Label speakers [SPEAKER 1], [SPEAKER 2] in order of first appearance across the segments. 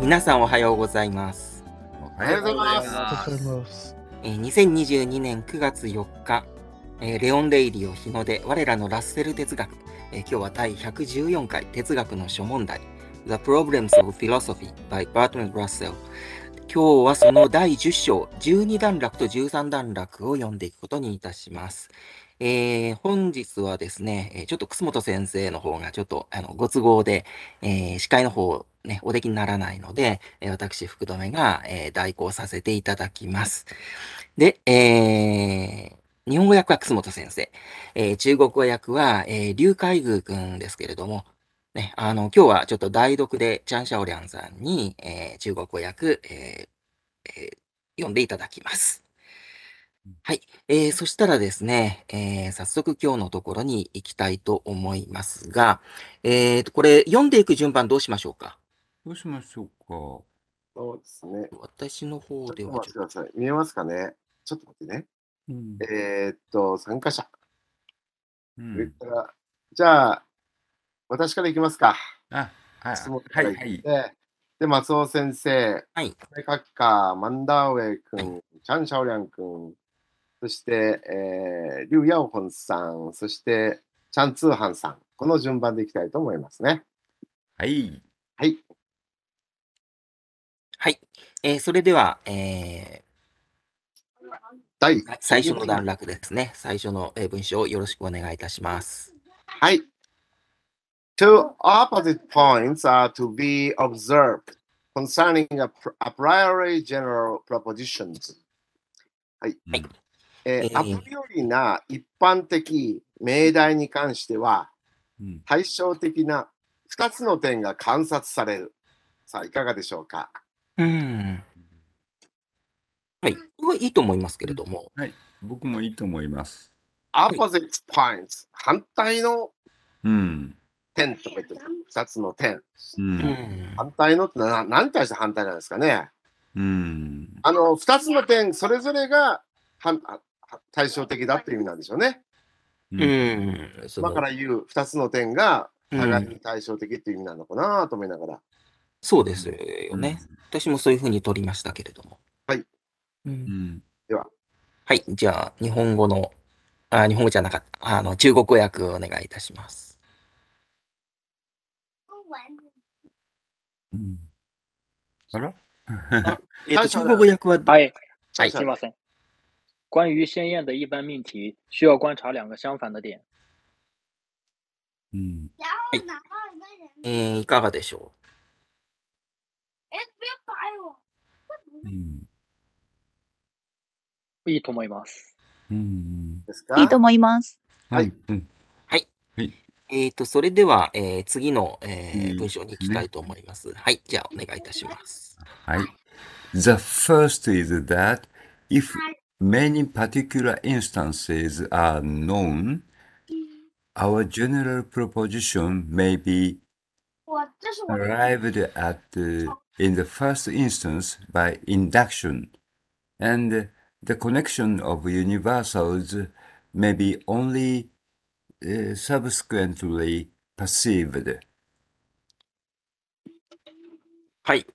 [SPEAKER 1] 皆さんおはようございます。
[SPEAKER 2] おはようございます
[SPEAKER 3] おはようございます。
[SPEAKER 1] えー2022年9月4日、えーレオン・レイリオ日の出、我らのラッセル哲学、えー今日は第114回哲学の諸問題、The Problems of Philosophy by Bertrand Russell。今日はその第10章、12段落と13段落を読んでいくことにいたします。えー本日はですね、えーちょっと楠本先生の方がちょっとあのご都合で、えー司会の方、ね、おできにならないので、えー私、福留が、えー代行させていただきます。で、えー日本語訳は楠本先生、えー中国語訳は、えー、劉海宮くんですけれども、ね、あの、今日はちょっと代読で、チャン・シャオリャンさんに、えー中国語訳、えーえー読んでいただきます。はい。えーそしたらですね、えー早速今日のところに行きたいと思いますが、えーと、これ、読んでいく順番どうしましょうか
[SPEAKER 2] どうしましょう
[SPEAKER 3] そうですね。
[SPEAKER 1] 私の
[SPEAKER 3] ち
[SPEAKER 1] 方
[SPEAKER 3] ょっ
[SPEAKER 1] で
[SPEAKER 3] と
[SPEAKER 1] は
[SPEAKER 3] 待っ
[SPEAKER 1] ち
[SPEAKER 3] て
[SPEAKER 1] ょ
[SPEAKER 3] ください。見えますかねちょっと待ってね。
[SPEAKER 2] か。うん
[SPEAKER 3] えーっと、参加者。
[SPEAKER 2] う
[SPEAKER 3] 言っ
[SPEAKER 2] ん、
[SPEAKER 3] たらじゃあ、私からいきますか。
[SPEAKER 2] あ、はい
[SPEAKER 3] 質問か、
[SPEAKER 2] は
[SPEAKER 3] ら
[SPEAKER 2] い、
[SPEAKER 3] い
[SPEAKER 2] は
[SPEAKER 3] っ
[SPEAKER 2] い
[SPEAKER 3] て。で、松尾先生、
[SPEAKER 1] はい。
[SPEAKER 3] メカキカ、マンダーウェイ君、チャン・シャオリャン君、そして、えー、リュウ・ヤオホンさん、そして、チャン・ツーハンさん。この順番でいきたいと思いますね。
[SPEAKER 2] はい。
[SPEAKER 3] はい。
[SPEAKER 1] はい。えーそれでは、えー
[SPEAKER 3] 第
[SPEAKER 1] はい最初の段落ですね。最初のえー文章をよろしくお願いいたします。
[SPEAKER 3] Hi. Two opposite points are to be observed concerning a, pr- a priori general propositions.
[SPEAKER 1] はい
[SPEAKER 3] え
[SPEAKER 1] え
[SPEAKER 3] ー
[SPEAKER 1] ー
[SPEAKER 3] アプリよりな一般的命題に関しては
[SPEAKER 2] うん
[SPEAKER 3] 対照的な2つの点が観察される。さあ、いかがでしょうか
[SPEAKER 1] うん。はい。これはいいと思いますけれども。
[SPEAKER 2] 僕もいいと思います。
[SPEAKER 1] い
[SPEAKER 3] ?opposite points、反対の
[SPEAKER 2] うん。
[SPEAKER 3] 点とか言って2つの点。
[SPEAKER 2] う。
[SPEAKER 1] うんん。
[SPEAKER 3] 反対のってな何に対して反対なんですかね
[SPEAKER 2] うん。
[SPEAKER 3] あの2つの点それぞれがはんあは対照的だっていう意味なんでしょうね。
[SPEAKER 2] うん
[SPEAKER 1] うん。その
[SPEAKER 3] 今から言う2つの点が互いうに対照的っていう意味なのかなと思いながら。
[SPEAKER 1] そうですよね。。私もそういうふうに取りましたけれども。
[SPEAKER 3] はい。
[SPEAKER 1] う、
[SPEAKER 2] うんん。
[SPEAKER 1] はい。じゃあ、日本語の、あ、日本語じゃなかった。あの、中国語訳をお願いいたします。
[SPEAKER 2] うんあら
[SPEAKER 1] えっと、
[SPEAKER 3] 最初
[SPEAKER 1] 中
[SPEAKER 3] は
[SPEAKER 1] 国語訳は、
[SPEAKER 4] 哎，
[SPEAKER 1] はい
[SPEAKER 4] すいません。关于鲜艳的一般命题，需要观察两个相反的点。
[SPEAKER 2] うん。
[SPEAKER 5] 然后拿到一个人，
[SPEAKER 1] えーいかがでしょ
[SPEAKER 5] 哎，不要打我！
[SPEAKER 2] うん
[SPEAKER 4] いいと思います。
[SPEAKER 2] うん。
[SPEAKER 3] ですか
[SPEAKER 6] いいと思います。
[SPEAKER 3] はい。
[SPEAKER 2] うん。
[SPEAKER 1] うえっ、と、それでは、えー次の、えー
[SPEAKER 2] うん
[SPEAKER 1] 文章に行きたいと思います。はい。じゃあ、お願いいたします。
[SPEAKER 2] はい。The first is that if many particular instances are known, our general proposition may be
[SPEAKER 5] 我这是我的
[SPEAKER 2] arrived at uh, in the first instance by induction, and the connection of universals may be only uh, subsequently perceived.
[SPEAKER 1] はい。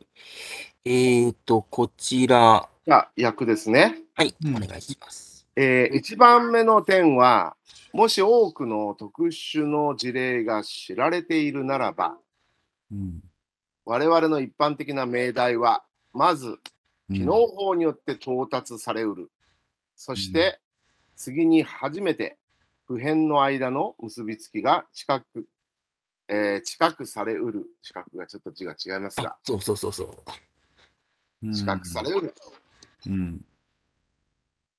[SPEAKER 1] えっ、と、こちら、
[SPEAKER 3] じゃあ役ですね。
[SPEAKER 1] はい、
[SPEAKER 2] うん
[SPEAKER 1] お願いします。
[SPEAKER 3] え1番目の点はもし多くの特殊の事例が知られているならば我々の一般的な命題はまず機能法によって到達されうる。そして、次に初めて普遍の間の結びつきが近く、えー近くされうる。近くがちょっと字が違いますが、
[SPEAKER 1] そうそうそうそう。
[SPEAKER 3] 近くされうる。
[SPEAKER 2] うん。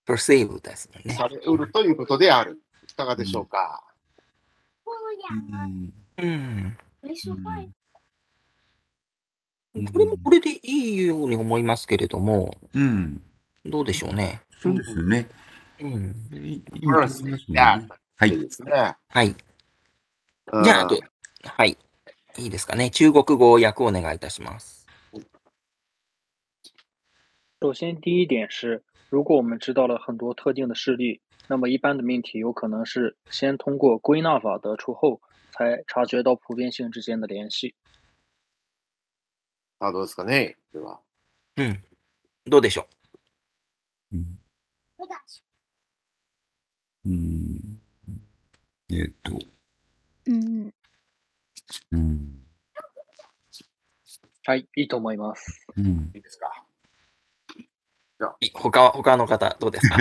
[SPEAKER 1] perceive ですもんね。
[SPEAKER 3] されうるということである。いかがでしょうか。
[SPEAKER 5] 不
[SPEAKER 2] う
[SPEAKER 5] 痒啊，
[SPEAKER 2] ん
[SPEAKER 1] うん。
[SPEAKER 5] 没事
[SPEAKER 2] うん
[SPEAKER 5] 会。
[SPEAKER 1] これもこれでいいように思いますけれども、
[SPEAKER 2] うん。
[SPEAKER 1] どうでしょうね。
[SPEAKER 2] そうですね。
[SPEAKER 1] うん。
[SPEAKER 2] いいいいと思いま
[SPEAKER 3] First
[SPEAKER 2] すね
[SPEAKER 3] that
[SPEAKER 2] はい
[SPEAKER 3] いい
[SPEAKER 2] い。
[SPEAKER 3] ですね。
[SPEAKER 1] はい。
[SPEAKER 3] うん
[SPEAKER 1] じゃあ、あと、はい。いいですかね。中国語訳をお願いいたします。
[SPEAKER 4] 首先，第一点是，如果我们知道了很多特定的事例，那么一般的命题有可能是先通过归纳法得出后，才察觉到普遍性之间的联系。
[SPEAKER 3] さあ、どうですかねでは。
[SPEAKER 1] うん。どうでしょ
[SPEAKER 2] うん
[SPEAKER 5] 回答是
[SPEAKER 2] うんえっと、
[SPEAKER 6] うん。
[SPEAKER 2] うん
[SPEAKER 4] はい、いいと思います。
[SPEAKER 2] うん
[SPEAKER 3] いいですか
[SPEAKER 1] うい他は他の方、どうですか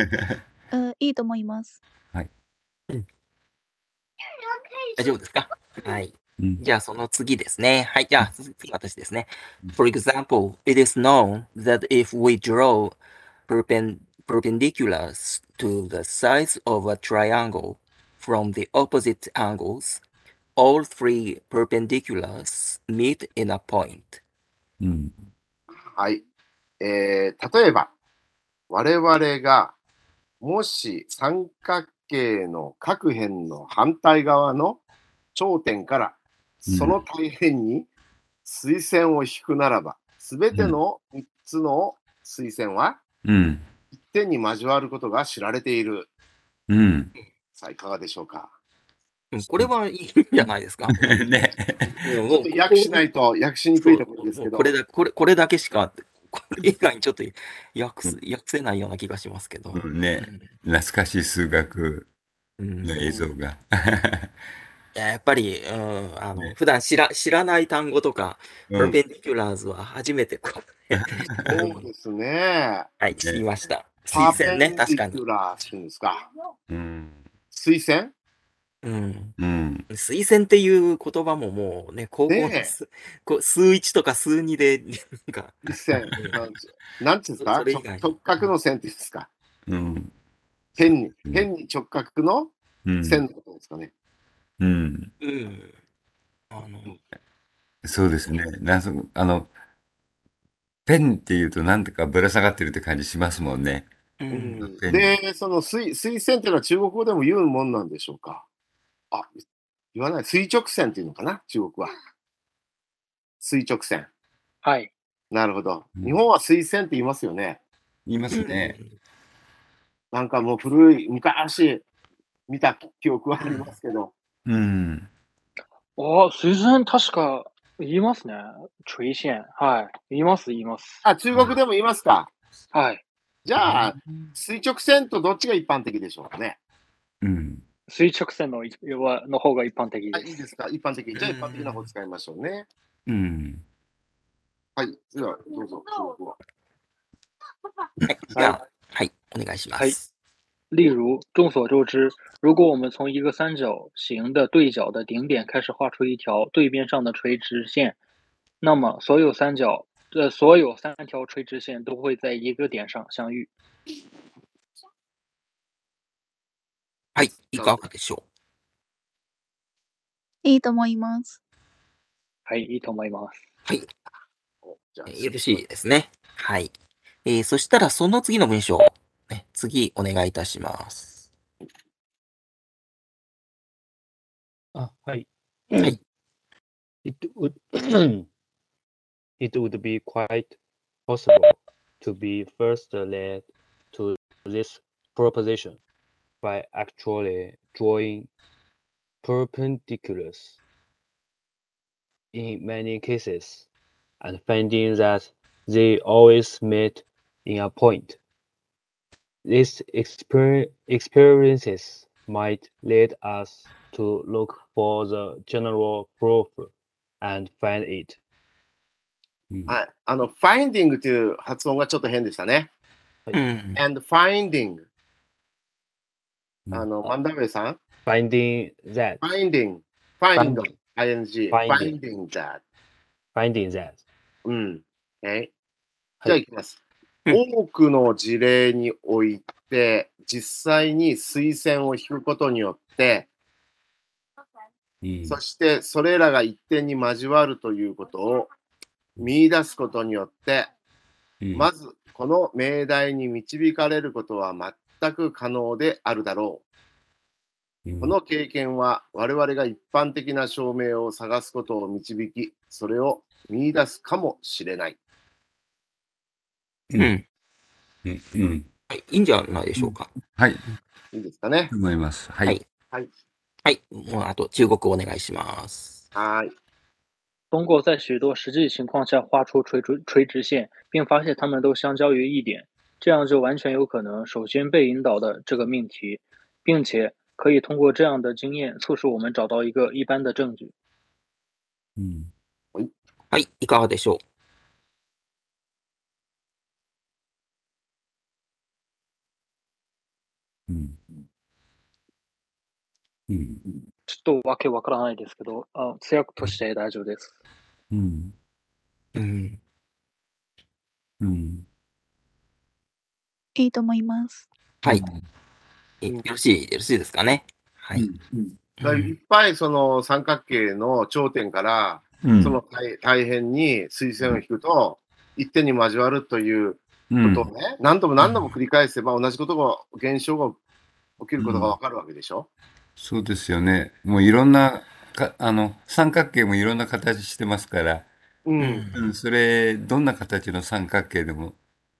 [SPEAKER 6] うん、いいと思います。
[SPEAKER 1] 大丈夫ですかはい。
[SPEAKER 2] うん
[SPEAKER 1] じゃあ、その次ですね。はい。じゃあ、次次私ですね。For example, it is known that if we draw perpen- perpendiculars to the sides of a triangle from the opposite angles, all three perpendiculars meet in a point.
[SPEAKER 2] うん
[SPEAKER 3] はい。えー例えば、我々がもし三角形の各辺の反対側の頂点から
[SPEAKER 2] うん
[SPEAKER 3] その大辺に垂線を引くならば、すべての3つの垂線は
[SPEAKER 2] うん
[SPEAKER 3] 一点に交わることが知られている。
[SPEAKER 2] うん
[SPEAKER 3] さあ、いかがでしょうか
[SPEAKER 1] うんこれはいいんじゃないですか
[SPEAKER 2] ね
[SPEAKER 1] うん
[SPEAKER 3] ちょっと訳しないと訳しにくいところです
[SPEAKER 1] も
[SPEAKER 3] け
[SPEAKER 1] う
[SPEAKER 3] ど、
[SPEAKER 1] これだこれこれだけしか、これ以外にちょっと訳す訳せないような気がしますけど。
[SPEAKER 2] うん ね懐かしい数学
[SPEAKER 1] うん
[SPEAKER 2] の映像が
[SPEAKER 1] いややっぱり、うん、あの
[SPEAKER 2] ね
[SPEAKER 1] 普段知ら知らない単語とか、
[SPEAKER 2] う
[SPEAKER 1] ペ
[SPEAKER 2] ん
[SPEAKER 1] ンペンディキュラーズは初めてこう、
[SPEAKER 3] そうですね。
[SPEAKER 1] はい、知りました。推薦ね、確かに。
[SPEAKER 3] ラーっていうんですか。
[SPEAKER 2] うん
[SPEAKER 3] 推薦
[SPEAKER 1] うん、
[SPEAKER 2] うん
[SPEAKER 1] 推薦っていう言葉ももうね、高校の
[SPEAKER 3] ねえ
[SPEAKER 1] すこう数1とか数2で、なんか、
[SPEAKER 3] 一線。なんていうんですか
[SPEAKER 1] それ以外
[SPEAKER 3] 直角の線っていうんですか
[SPEAKER 2] うん
[SPEAKER 3] 変に
[SPEAKER 2] う、ん
[SPEAKER 3] 変に直角の
[SPEAKER 2] うん
[SPEAKER 3] 線のことですかね。
[SPEAKER 2] うん
[SPEAKER 1] うん。あの、
[SPEAKER 2] そうですねなんそあのペンっていうとなんとかぶら下がってるって感じしますもんね
[SPEAKER 1] う、
[SPEAKER 3] うんんで、その水水線っていうのは中国語でも言うもんなんでしょうかあ、言わない。垂直線っていうのかな中国は。垂直線。
[SPEAKER 4] はい、
[SPEAKER 3] なるほど。
[SPEAKER 2] うん
[SPEAKER 3] 日本は水線って言いますよね。
[SPEAKER 2] 言いますね
[SPEAKER 3] なんかもう古い、昔見た記憶はありますけど。
[SPEAKER 2] うん
[SPEAKER 4] ああ、水仙確か言いますね。垂哎線。はい。言います、言います。
[SPEAKER 3] あ、中国でも言いますか
[SPEAKER 4] はい。
[SPEAKER 3] じゃあ、垂直線とどっちが一般的でしょうかね。
[SPEAKER 2] うん
[SPEAKER 4] 垂直線の一はの方が一般的
[SPEAKER 3] あ
[SPEAKER 4] で
[SPEAKER 3] いい
[SPEAKER 4] す。
[SPEAKER 3] ですか一般的。じゃあ一般的な方使いましょうね。
[SPEAKER 2] うん
[SPEAKER 3] はい。では、どうぞ。中国語
[SPEAKER 1] はい、じゃあ、はい、お願いします。
[SPEAKER 4] はい例如，众所周知，如果我们从一个三角形的对角的顶点开始画出一条对边上的垂直线，那么所有三角呃所有三条垂直线都会在一个点上相遇。
[SPEAKER 1] はい、いかがでしょ
[SPEAKER 6] いいと思います。
[SPEAKER 4] はい、いいと思います。
[SPEAKER 1] うはい、
[SPEAKER 3] じゃあ
[SPEAKER 1] えーよろしいですね。はい。えーそしたら、その次の文章、ね、次お願いいたします。
[SPEAKER 7] Ah, hi.
[SPEAKER 1] はい。
[SPEAKER 7] It would it would be quite possible to be first led to this proposition by actually drawing perpendiculars in many cases and finding that they always meet in a point. These exper- experiences might lead us to look for the general proof and find it.
[SPEAKER 3] はい。あの、finding という発音がちょっと変でしたね。
[SPEAKER 1] うん。
[SPEAKER 3] and finding。
[SPEAKER 2] うん
[SPEAKER 3] あの、マンダウェイさん
[SPEAKER 7] Finding that,
[SPEAKER 3] ?finding。find。ing。
[SPEAKER 7] Finding
[SPEAKER 3] finding that。
[SPEAKER 7] finding that.
[SPEAKER 3] うん。はい。
[SPEAKER 7] はい
[SPEAKER 3] じゃあ、いきます。
[SPEAKER 1] うん
[SPEAKER 3] 多くの事例において、実際に推薦を引くことによって、
[SPEAKER 2] うん
[SPEAKER 3] そしてそれらが一点に交わるということを見出すことによって、
[SPEAKER 2] うん
[SPEAKER 3] まずこの命題に導かれることは全く可能であるだろ
[SPEAKER 2] うん
[SPEAKER 3] う。この経験は我々が一般的な証明を探すことを導き、それを見出すかもしれない。
[SPEAKER 1] うん。
[SPEAKER 2] うんうん
[SPEAKER 1] はい、いいんじゃないでしょうか。
[SPEAKER 2] はい
[SPEAKER 3] いいですかね。
[SPEAKER 2] 思いますは
[SPEAKER 1] はいいはい。もうあと、中国語お願いします。
[SPEAKER 3] はーい。
[SPEAKER 4] 通过在许多实际情况下画出垂直垂直线，并发现它们都相交于一点，这样就完全有可能首先被引导的这个命题，并且可以通过这样的经验促使我们找到一个一般的证据。
[SPEAKER 2] うん
[SPEAKER 1] はい、いかがでしょう
[SPEAKER 2] うんうん
[SPEAKER 4] ちょっとわけわからないですけど、あ通訳として大丈夫です。
[SPEAKER 2] うん
[SPEAKER 1] うん。
[SPEAKER 2] うん
[SPEAKER 6] いいと思います。
[SPEAKER 1] はい。えよろしい、よろしいですかね。はい。
[SPEAKER 3] だからいっぱいその三角形の頂点から、
[SPEAKER 2] うん
[SPEAKER 3] その大大変に垂線を引くと、一点に交わるという
[SPEAKER 2] うん
[SPEAKER 3] ことをね、何度も何度も繰り返せば同じことが、現象が起きることがわかるわけでしょ、
[SPEAKER 2] そうですよね。もういろんなかあの三角形もいろんな形してますから、
[SPEAKER 3] う、
[SPEAKER 1] うんん。
[SPEAKER 2] うん、それどんな形の三角形でも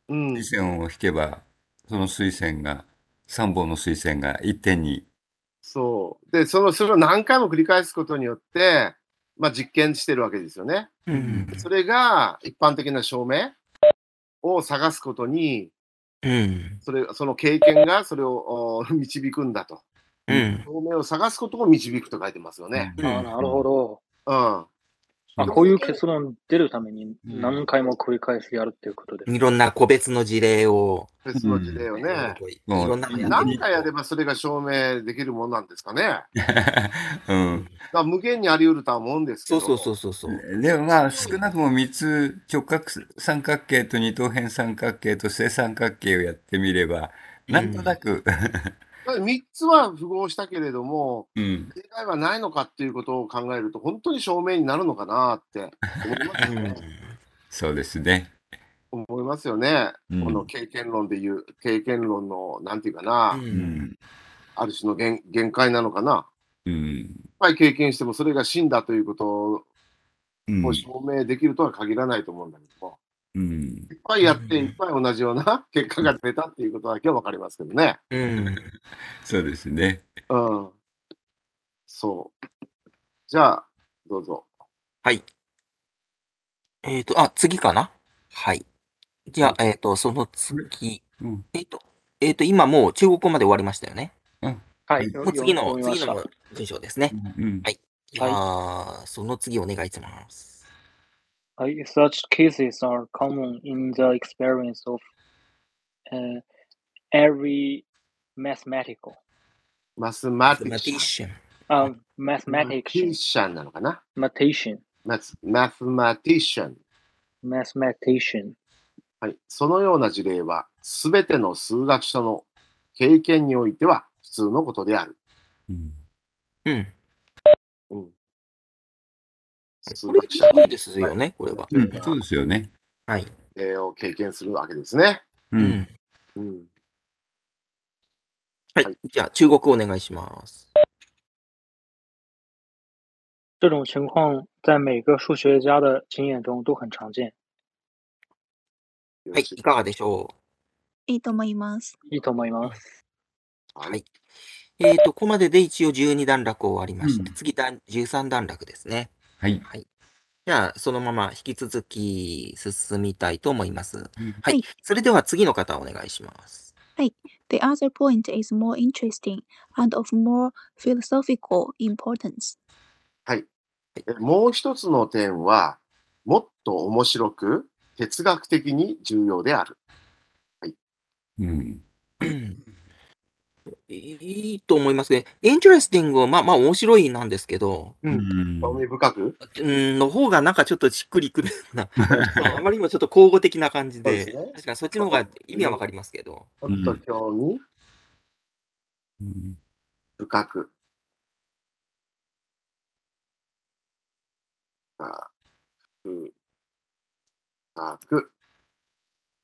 [SPEAKER 3] うん、
[SPEAKER 2] 水線を引けばその水線が三本の水線が一点に。
[SPEAKER 3] そう。で、その、それを何回も繰り返すことによって、まあ実験してるわけですよね。
[SPEAKER 1] うん。
[SPEAKER 3] それが一般的な証明を探すことに、
[SPEAKER 1] うん。
[SPEAKER 3] それ、その経験がそれをお 導くんだと。
[SPEAKER 1] うん。
[SPEAKER 3] 証明を探すことを導くと書いてますよね。
[SPEAKER 1] う
[SPEAKER 4] ああ、なるほど。
[SPEAKER 3] うん。
[SPEAKER 4] あこういう結論出るために何回も繰り返しやるっていうことです。
[SPEAKER 1] いろんな個別の事例を。
[SPEAKER 3] 別の事例をね。
[SPEAKER 1] いろんなのやってみ
[SPEAKER 3] 何
[SPEAKER 1] ると
[SPEAKER 3] 回やればそれが証明できるものなんですかね。だか
[SPEAKER 2] うん、
[SPEAKER 3] ら無限にあり得るとは思うんですけ
[SPEAKER 1] そ
[SPEAKER 3] ど。
[SPEAKER 1] うそうそうそうそう。
[SPEAKER 2] でもまあ少なくとも3つ直角三角形と二等辺三角形と正三角形をやってみればなんとなく、
[SPEAKER 3] だから3つは符合したけれども、
[SPEAKER 2] うん、
[SPEAKER 3] 例外はないのかっていうことを考えると、本当に証明になるのかなって思います
[SPEAKER 1] う
[SPEAKER 3] よ
[SPEAKER 1] ん
[SPEAKER 3] ね。
[SPEAKER 2] そうですね。
[SPEAKER 3] 思いますよね
[SPEAKER 2] うん
[SPEAKER 3] この経験論でいう、経験論の、なんていうか
[SPEAKER 1] う
[SPEAKER 3] な、
[SPEAKER 1] ん。
[SPEAKER 3] ある種の限限界なのかな。
[SPEAKER 2] うん
[SPEAKER 3] いっぱい経験してもそれが真だということ
[SPEAKER 2] うん
[SPEAKER 3] を証明できるとは限らないと思うんだけども、
[SPEAKER 2] うん
[SPEAKER 3] いっぱいやって、
[SPEAKER 1] うん
[SPEAKER 3] いっぱい同じような 結果が出たっていうことだけは分かりますけどね。
[SPEAKER 1] うん。
[SPEAKER 2] そうですね。
[SPEAKER 3] うん。そう。じゃあ、どうぞ。
[SPEAKER 1] えっ、と、あ、次かなはい。じゃあ、えっ、と、その次。
[SPEAKER 2] うん
[SPEAKER 1] えっ、と、えっ、と、今もう中国語まで終わりましたよね。
[SPEAKER 4] はい。
[SPEAKER 1] もう次
[SPEAKER 4] 読
[SPEAKER 1] の、
[SPEAKER 4] みま
[SPEAKER 1] 次
[SPEAKER 4] した
[SPEAKER 1] の文章ですね。
[SPEAKER 2] うん
[SPEAKER 1] じゃあ、その次お願いします。
[SPEAKER 4] Uh, such cases are common in the experience of uh, every mathematical
[SPEAKER 3] マスマティ
[SPEAKER 1] マティ
[SPEAKER 3] ッ
[SPEAKER 1] ッ
[SPEAKER 3] シ
[SPEAKER 1] ション。
[SPEAKER 4] uh,
[SPEAKER 3] ャン。マティッ
[SPEAKER 4] mathematician
[SPEAKER 3] シャンなのかな
[SPEAKER 4] mathematician
[SPEAKER 3] マスマスマティッシャン。
[SPEAKER 4] mathematician
[SPEAKER 3] はい、そのような事例は、すべての数学者の経験においては普通のことである。
[SPEAKER 2] うん
[SPEAKER 1] うん。
[SPEAKER 3] うん、数
[SPEAKER 1] これ
[SPEAKER 3] 学者の
[SPEAKER 1] いいですよね、これは。
[SPEAKER 2] うんそうですよね。
[SPEAKER 1] はい。
[SPEAKER 3] 事例を経験するわけですね。
[SPEAKER 2] う。
[SPEAKER 1] うんん。
[SPEAKER 3] うん、
[SPEAKER 1] はい。じゃあ、中国語お願いします。
[SPEAKER 4] 这种情况在每个数学家的经验中都很常见。
[SPEAKER 3] よ
[SPEAKER 1] は
[SPEAKER 3] ろ
[SPEAKER 1] い。
[SPEAKER 3] し
[SPEAKER 1] いかがでしょ
[SPEAKER 6] いいと思います。
[SPEAKER 4] いいと思います。
[SPEAKER 1] うはい。えっ、と、ここまでで一応12段落終わりまして、
[SPEAKER 2] うん
[SPEAKER 1] 次段13段落ですね。
[SPEAKER 2] はい。
[SPEAKER 1] じゃあ、そのまま引き続き進みたいと思います。は
[SPEAKER 6] はいい。
[SPEAKER 1] それでは次の方お願いします。
[SPEAKER 6] The other point is more interesting and of more philosophical importance.
[SPEAKER 3] えもう一つの点は、もっと面白く哲学的に重要である。
[SPEAKER 2] うん。
[SPEAKER 1] いいと思いますね。イン e レスティングは、まあまあ面白いなんですけど、
[SPEAKER 3] う興味深く
[SPEAKER 1] うん、の方がなんかちょっとしっくりくるよう な、あまりにもちょっと交互的な感じ
[SPEAKER 3] そうで
[SPEAKER 1] で、
[SPEAKER 3] すね
[SPEAKER 1] 確かにそっちの方が意味はわかりますけど。
[SPEAKER 3] ちょっと興味
[SPEAKER 2] うん
[SPEAKER 3] 深く。あく深く。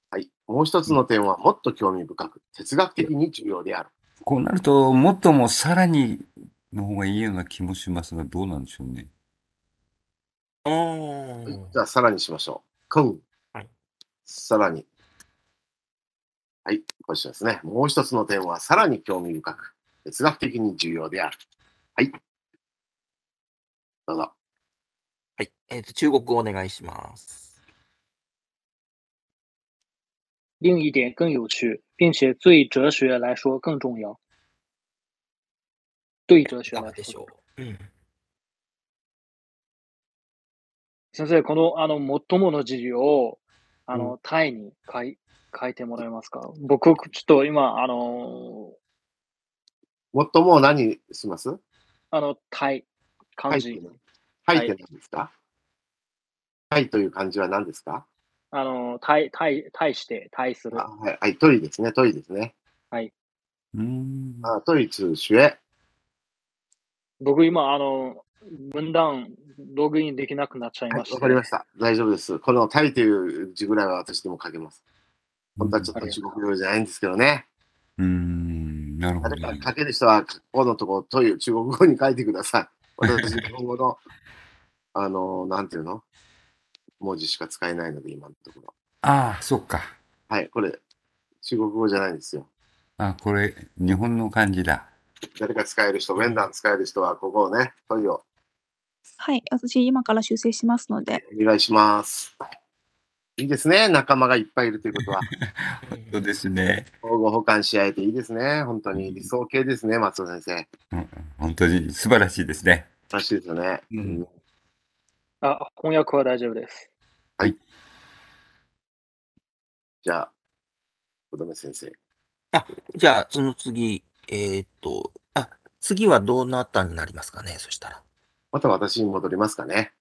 [SPEAKER 3] はい。もう一つの点は、もっと興味深く、哲学的に重要である。
[SPEAKER 2] こうなると、もっともさらにの方がいいような気もしますが、どうなんでしょうね。
[SPEAKER 1] うーん
[SPEAKER 3] じゃあ、さらにしましょう。くん。
[SPEAKER 1] はい
[SPEAKER 3] さらに。はい。こちらですね。もう一つの点は、さらに興味深く、哲学的に重要である。はい。どうぞ。
[SPEAKER 1] はい。えっ、と、中国語お願いします。
[SPEAKER 4] 另一点更有趣，并且对哲学来说更重要。对哲
[SPEAKER 1] い
[SPEAKER 4] 学
[SPEAKER 1] かが
[SPEAKER 4] 来说
[SPEAKER 1] でしょう、うん、
[SPEAKER 4] 先生、この、あの、最もの字を、あの、タイに書い書いてもらえますか僕、ちょっと今、あの
[SPEAKER 3] もっとも何します
[SPEAKER 4] ー、あの、タイ、
[SPEAKER 3] は
[SPEAKER 4] 漢
[SPEAKER 3] い。
[SPEAKER 4] 字、
[SPEAKER 3] はいって何ですかはいという漢字は何ですか
[SPEAKER 4] あの、タイ、タイ、タイして、タイする。
[SPEAKER 3] あはい、はい、トイですね、トイですね。
[SPEAKER 2] うん
[SPEAKER 3] あトイツ主演。
[SPEAKER 4] 僕、今、あの、文段、ログインできなくなっちゃい
[SPEAKER 3] はい
[SPEAKER 4] ま
[SPEAKER 3] わ、
[SPEAKER 4] した。
[SPEAKER 3] かりました。大丈夫です。このタイという字ぐらいは私でも書けます。本当はちょっと中国語じゃないんですけどね。
[SPEAKER 2] うんなるほ
[SPEAKER 3] 誰
[SPEAKER 2] ど
[SPEAKER 3] か書ける人は、ここのとこ、トイ、中国語に書いてください。私、日本語の、 あの、なんていうの文字しか使えないので、今のところ。
[SPEAKER 2] ああそっか
[SPEAKER 3] はい、これ、中国語じゃないんですよ。
[SPEAKER 2] あこれ日本の漢字だ
[SPEAKER 3] 誰か使える人、ウェンダン使える人は、ここをね、トイを
[SPEAKER 6] はい、私今から修正しますので、
[SPEAKER 3] お願いします。いいですね、仲間がいっぱいいるということは。
[SPEAKER 2] そうですね
[SPEAKER 3] 相互補完し合えていいですね。本当に理想系ですね、松尾先生。
[SPEAKER 2] 本当に素晴らしいですね
[SPEAKER 3] らしいですよね。
[SPEAKER 2] うん
[SPEAKER 4] あ、翻訳は大丈夫です。
[SPEAKER 3] じゃあ、小留先生。
[SPEAKER 1] じゃあ、その次、えーっと、あ、次はどなたになりますかね、そしたら。
[SPEAKER 3] また私に戻りますかね。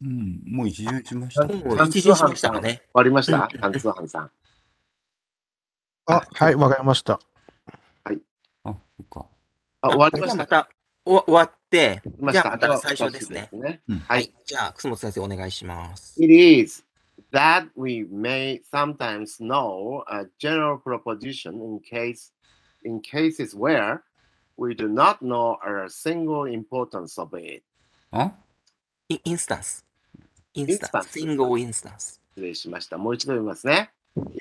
[SPEAKER 2] うんもう一巡しました
[SPEAKER 1] もう
[SPEAKER 3] ちゃんと
[SPEAKER 1] 一時しましたかね。
[SPEAKER 3] 終わりました単通販さん。
[SPEAKER 8] あ、はい、わかりました。
[SPEAKER 2] あそっか
[SPEAKER 3] あ、終わり
[SPEAKER 1] じゃ
[SPEAKER 3] ま
[SPEAKER 1] あ
[SPEAKER 3] した。
[SPEAKER 1] また、お終わって、
[SPEAKER 3] 終わりま
[SPEAKER 1] じ
[SPEAKER 3] し
[SPEAKER 1] ゃ
[SPEAKER 3] た
[SPEAKER 1] あまた最初ですね。。
[SPEAKER 3] はい。
[SPEAKER 1] じゃあ、楠本先生お願いします。
[SPEAKER 3] It is that we may sometimes know a general proposition in case in cases where we do not know a single importance of it.
[SPEAKER 2] あ
[SPEAKER 1] イインスタンス。インスタンス。
[SPEAKER 3] インスタンス
[SPEAKER 1] シングルインスタンス。
[SPEAKER 3] 失礼しました。もう一度読みますね。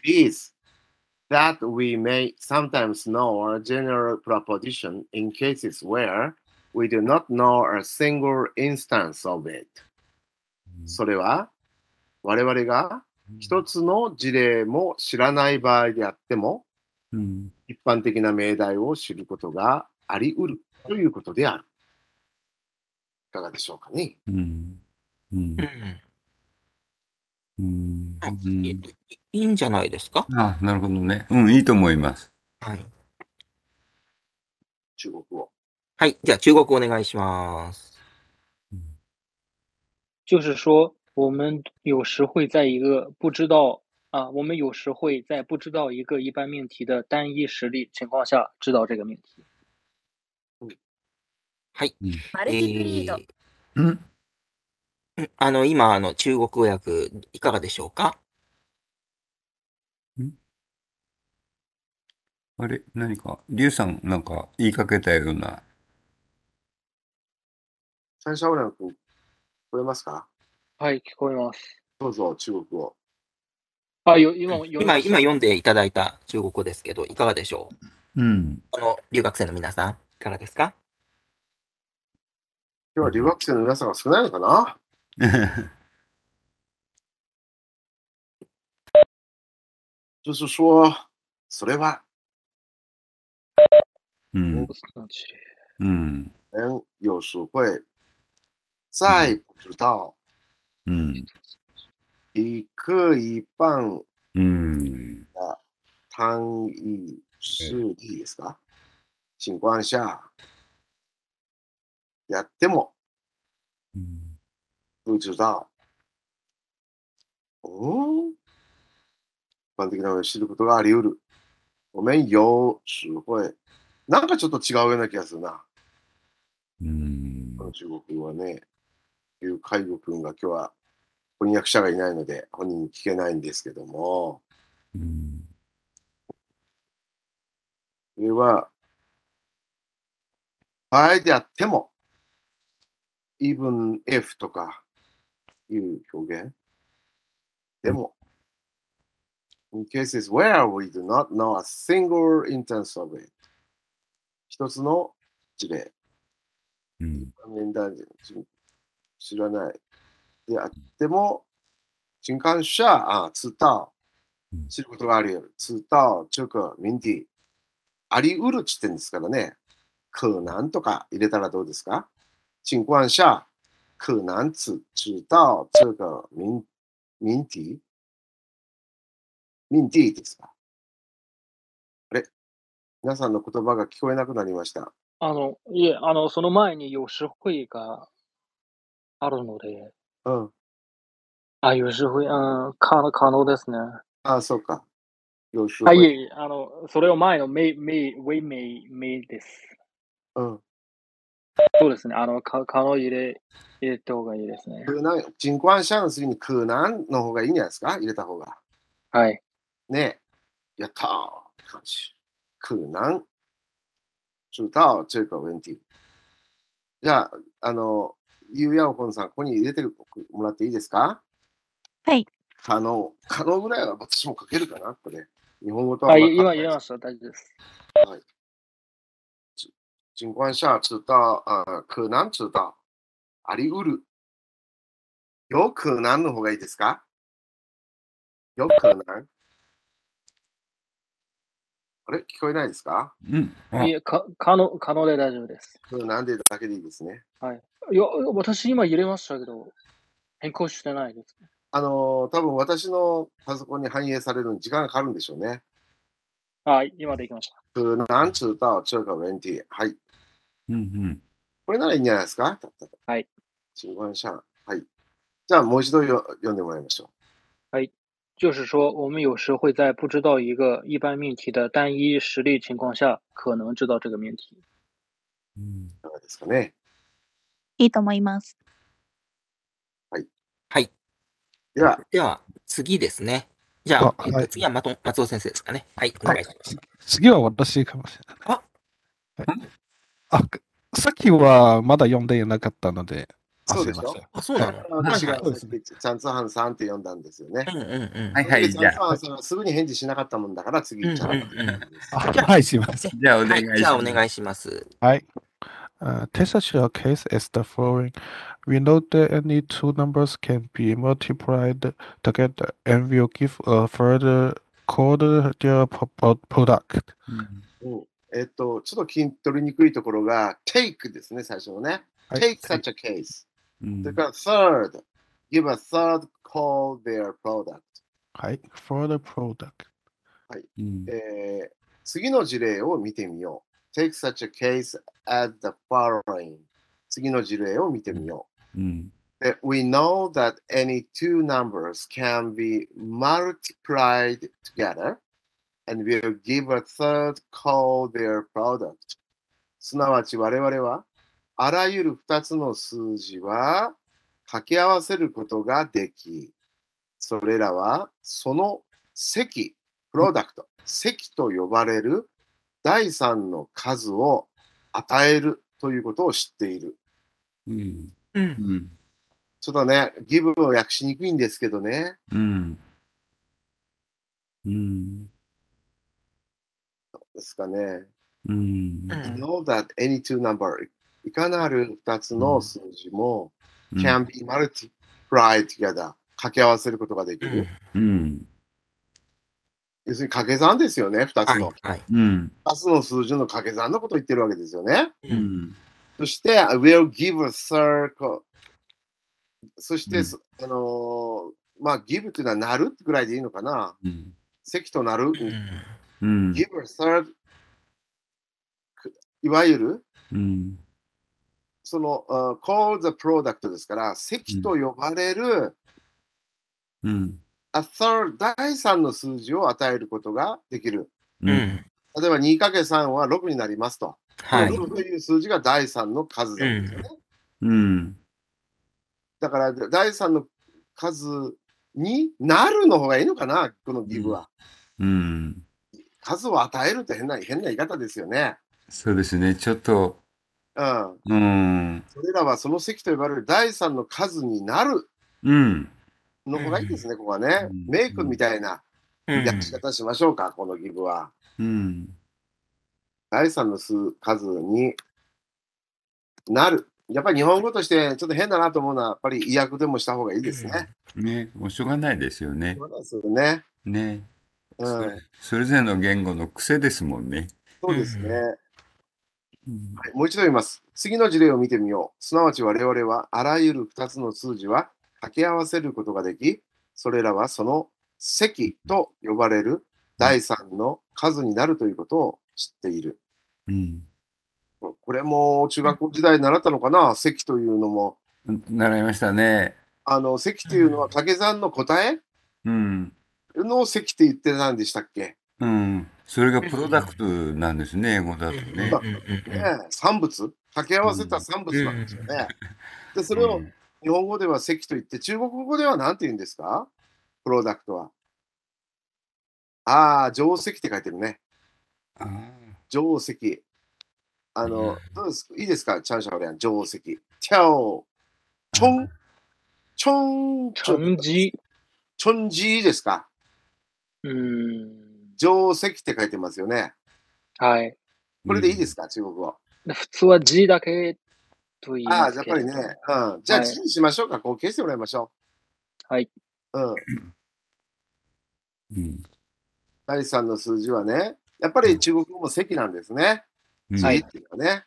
[SPEAKER 3] It is that we may sometimes know a general proposition in cases where we do not know a single instance of it. それは我々が一つの事例も知らない場合であっても
[SPEAKER 2] うん
[SPEAKER 3] 一般的な命題を知ることがあり得るということである。いかがでしょうかね。
[SPEAKER 2] うんうん
[SPEAKER 1] うん。
[SPEAKER 2] うん
[SPEAKER 1] あ
[SPEAKER 2] うん
[SPEAKER 1] えーっと、いいいんじゃないですか
[SPEAKER 2] あなるほどねうんいいと思います
[SPEAKER 1] はい。
[SPEAKER 3] 中国語。
[SPEAKER 1] はい。じゃあ、中国お願いします。
[SPEAKER 4] 就是说，我们有时会在一个不知道啊，我们有时会在不知道一个一般命题的单一实例情况下知道这个命题。
[SPEAKER 1] はい。
[SPEAKER 9] マルチプリード
[SPEAKER 1] え、ー
[SPEAKER 2] うん
[SPEAKER 1] うんあの、今、あの、中国語訳、いかがでしょうか
[SPEAKER 2] あれ何かリュウさんなんか言いかけたような
[SPEAKER 3] 最初は俺の君、聞こえますか
[SPEAKER 4] はい、聞こえます。
[SPEAKER 3] どうぞ中国語。
[SPEAKER 4] あ、よ今読み
[SPEAKER 1] 今、
[SPEAKER 4] ました
[SPEAKER 1] 今読んでいただいた中国語ですけど、いかがでしょう
[SPEAKER 2] うん
[SPEAKER 1] あの、留学生の皆さん、いかがですか
[SPEAKER 3] 今日は留学生の皆さんが少ないのかな就是说、それは、
[SPEAKER 2] うんうん
[SPEAKER 3] 嗯有时会再不知道
[SPEAKER 2] うん
[SPEAKER 3] 一个一半
[SPEAKER 2] うん
[SPEAKER 3] 単一数理ですか情况下、やっても
[SPEAKER 2] うん
[SPEAKER 3] 不知道。うん一般的なのを知ることがあり得る。ごめん、有时会。なんかちょっと違うような気がするな。
[SPEAKER 2] うん
[SPEAKER 3] この中国語はね、いう海悟君が今日は翻訳者がいないので本人に聞けないんですけども、
[SPEAKER 2] うん
[SPEAKER 3] それは、場合であっても、even if とかいう表現。でも、in cases where we do not know a single instance of it。一つの事例。
[SPEAKER 2] うん
[SPEAKER 3] 面談知らないであっても、新幹線あ知道
[SPEAKER 2] うん
[SPEAKER 3] 知ることがあるよ。知道这个问题ありうるっちってんですからね。可能とか入れたらどうですか情况下可能只知道这个民民题民地ですかあれ皆さんの言葉が聞こえなくなりました。
[SPEAKER 4] あの、いえ、あの、その前に有詞会があるので、
[SPEAKER 3] うん。
[SPEAKER 4] あ、啊有詞会、嗯うん、可可能ですね。
[SPEAKER 3] ああ、そうか。よし。
[SPEAKER 4] あ、いえいえ、あの、それを前のメイ、メイ、ウェイメイ、メイです。
[SPEAKER 3] うん。
[SPEAKER 4] そうですね。あの、か可能入れ、入れた方がいいですね。
[SPEAKER 3] 可能、人工者の次に可能の方がいいんじゃないですか入れた方が。
[SPEAKER 4] はい。
[SPEAKER 3] ねえ、やったーって感じ。可能知道这个问题。じゃあ、あの、ゆうやおこんさん、ここに入れてもらっていいですか
[SPEAKER 6] はい。
[SPEAKER 3] 可能。可能ぐらいは私も書けるかなこれ。日本語とは
[SPEAKER 4] は
[SPEAKER 3] あんま
[SPEAKER 4] い、
[SPEAKER 3] り変わ
[SPEAKER 4] 今
[SPEAKER 3] らない
[SPEAKER 4] 入
[SPEAKER 3] です
[SPEAKER 4] れました。大丈夫です。
[SPEAKER 3] 情况下知道，呃，可能知道，ありうる。有可能の方がいいですか？有可能。あれ聞こえないですか？
[SPEAKER 2] うん。あ
[SPEAKER 4] いえ、か可能、可能で大丈夫です。
[SPEAKER 3] 可能でだけでいいですね。
[SPEAKER 4] いや、私今入れましたけど、変更してないです。
[SPEAKER 3] あのー多分私のパソコンに反映されるのに時間がかかるんでしょうね。
[SPEAKER 4] はい、今できました。
[SPEAKER 3] 可能知道这个问题。はい。
[SPEAKER 2] うんうん。
[SPEAKER 3] これならいいんじゃないですか？
[SPEAKER 4] はい。
[SPEAKER 3] 情况下、はい。じゃあもう一度よ読んでもらいましょう。
[SPEAKER 4] 就是说，我们有时会在不知道一个一般命题的单一实例情况下，可能知道这个命题。
[SPEAKER 2] うん
[SPEAKER 3] いかがですかね？
[SPEAKER 6] いいと思います。
[SPEAKER 3] では、
[SPEAKER 1] では、次ですね。じゃあ、
[SPEAKER 8] あ
[SPEAKER 1] えっと
[SPEAKER 8] はい
[SPEAKER 1] 次は松尾松尾先生ですかね。はい、お願いします。
[SPEAKER 8] 次は私かもしれない。あ、はい、あさっきはまだ読んでいなかったので、あ
[SPEAKER 3] そうでしょ
[SPEAKER 8] すいません
[SPEAKER 1] あ、そうなの
[SPEAKER 3] だから 私が
[SPEAKER 1] はい
[SPEAKER 8] はい
[SPEAKER 3] さっきチャンツハンさんって呼んだんですよね。
[SPEAKER 1] うんうんうん。
[SPEAKER 2] はいはい、
[SPEAKER 3] チ
[SPEAKER 2] じ
[SPEAKER 3] ャ
[SPEAKER 2] ゃ
[SPEAKER 3] ンツ
[SPEAKER 2] あ、
[SPEAKER 3] ハンさんはすぐに返事しなかったもんだから次、チ
[SPEAKER 1] うんうん
[SPEAKER 3] ャンツハンさんです。
[SPEAKER 8] あはい、すいません。
[SPEAKER 2] じゃあお
[SPEAKER 1] は
[SPEAKER 2] 願
[SPEAKER 1] い
[SPEAKER 2] しま
[SPEAKER 1] い、
[SPEAKER 2] す。
[SPEAKER 1] じゃあお願いします。
[SPEAKER 8] Hi. Uh, tessitual case is the following. We know that any two numbers can be multiplied together and will give a further cordial pro- pro- product.
[SPEAKER 2] うん
[SPEAKER 3] うんえっと、ちょっと筋取りにくいところが、take ですね、最初のね。
[SPEAKER 8] はい
[SPEAKER 3] take such a case。
[SPEAKER 2] うん
[SPEAKER 3] それから third。give a third call their product。
[SPEAKER 8] はい、further product.
[SPEAKER 2] うん
[SPEAKER 3] えー次の事例を見てみよう。take such a case as the following。次の事例を見てみよう。
[SPEAKER 2] うん。
[SPEAKER 3] that we know that any two numbers can be multiplied together and will give a third call their product. すなわち我々はあらゆる2つの数字は掛け合わせることができ、それらはその積、プロダクト、積と呼ばれる第3の数を与えるということを知っている。
[SPEAKER 2] うん。
[SPEAKER 1] うん。
[SPEAKER 3] ちょっとね、ギブを訳しにくいんですけどね。
[SPEAKER 2] うん。うん。
[SPEAKER 3] ですかね。
[SPEAKER 1] う
[SPEAKER 2] うん。
[SPEAKER 1] ん
[SPEAKER 3] know that any two number いかなる2つの数字も、can be multiplied together 掛け合わせることができ
[SPEAKER 1] う
[SPEAKER 3] る。
[SPEAKER 1] ん。
[SPEAKER 2] うん。
[SPEAKER 3] 要するに掛け算ですよね、2つ
[SPEAKER 1] はい
[SPEAKER 3] の。
[SPEAKER 1] はい。
[SPEAKER 2] うん。
[SPEAKER 3] 2つの数字の掛け算のことを言ってるわけですよね。
[SPEAKER 2] うん。
[SPEAKER 3] そして、I will give a circle。そし
[SPEAKER 2] う
[SPEAKER 3] て、
[SPEAKER 2] ん
[SPEAKER 3] そあのーまあ、give というのはなるぐらいでいいのかな。
[SPEAKER 2] うん。
[SPEAKER 3] 積となる。
[SPEAKER 1] うん。
[SPEAKER 2] うん。
[SPEAKER 3] give a third。いわゆる
[SPEAKER 2] うん。
[SPEAKER 3] その、あ call the product ですから、積と呼ばれる、
[SPEAKER 2] うん。
[SPEAKER 3] a third 第3の数字を与えることができる。
[SPEAKER 1] う
[SPEAKER 2] うん。
[SPEAKER 1] ん。
[SPEAKER 3] 例えば 2×3 は6になりますと。
[SPEAKER 1] はい。
[SPEAKER 3] 6という数字が第3の数なんですよね。
[SPEAKER 2] うん。
[SPEAKER 3] だから第3の数になるの方がいいのかな、このギブは。
[SPEAKER 2] うん。
[SPEAKER 3] 数を与えるって変な変な言い方ですよね。
[SPEAKER 2] そうですね。ちょっと、
[SPEAKER 3] うん。
[SPEAKER 2] うん。
[SPEAKER 3] それらはその積と呼ばれる第3の数になる
[SPEAKER 2] うん。
[SPEAKER 3] の方がいいですね、ここはね
[SPEAKER 2] うん。
[SPEAKER 3] メイクみたいな
[SPEAKER 1] うん
[SPEAKER 3] 訳し方しましょうか、このギブは。
[SPEAKER 2] うん。
[SPEAKER 3] 第3の数数になる。やっぱり日本語としてちょっと変だなと思うのは、やっぱり意訳でもした方がいいですね。
[SPEAKER 2] ね、もうしょうがないですよね。
[SPEAKER 3] そうですよね。
[SPEAKER 2] ね、
[SPEAKER 3] うん。
[SPEAKER 2] それぞれの言語の癖ですもんね。
[SPEAKER 3] そうですね。
[SPEAKER 2] うん
[SPEAKER 3] はいもう一度言います。次の事例を見てみよう。すなわち我々はあらゆる2つの数字は掛け合わせることができ、それらはその積と呼ばれる第3の数になるということを知っている。これも中学校時代に習ったのかな積というのも。
[SPEAKER 2] うん、習いましたね。
[SPEAKER 3] あの積というのは掛け算の答え
[SPEAKER 2] うん、
[SPEAKER 3] の積って言ってたんでしたっけ、
[SPEAKER 2] うん、それがプロダクトなんですね、英語だとね。
[SPEAKER 3] ねえ、産物掛け合わせた産物なんですよね。でそれを
[SPEAKER 2] うん
[SPEAKER 3] 日本語では席と言って、中国語では何て言うんですかプロダクトは。ああ、定石って書いてるね。
[SPEAKER 2] あー
[SPEAKER 3] 定石。あの、どうですいいですかチャンシャオリアン、定石。チャオ、チョン、チョン、チョン、
[SPEAKER 4] 成绩，
[SPEAKER 3] チョンジーですか
[SPEAKER 4] 嗯，
[SPEAKER 3] 定石って書いてますよね。
[SPEAKER 4] はい。
[SPEAKER 3] これでいいですか、中国語。
[SPEAKER 4] 普通は G だけと言い
[SPEAKER 3] あ
[SPEAKER 4] ま
[SPEAKER 3] あ、
[SPEAKER 4] す
[SPEAKER 3] やっ
[SPEAKER 4] け
[SPEAKER 3] ぱ
[SPEAKER 4] れ
[SPEAKER 3] り
[SPEAKER 4] ど
[SPEAKER 3] ね。うん。じゃあ、
[SPEAKER 4] はい
[SPEAKER 3] 字にしましょうか。こう消してもらいましょう。
[SPEAKER 4] はい。
[SPEAKER 3] うん。
[SPEAKER 2] うん
[SPEAKER 3] 第3の数字はね、やっぱり中国語も積なんですね。
[SPEAKER 2] うん
[SPEAKER 3] 積っていうのはね。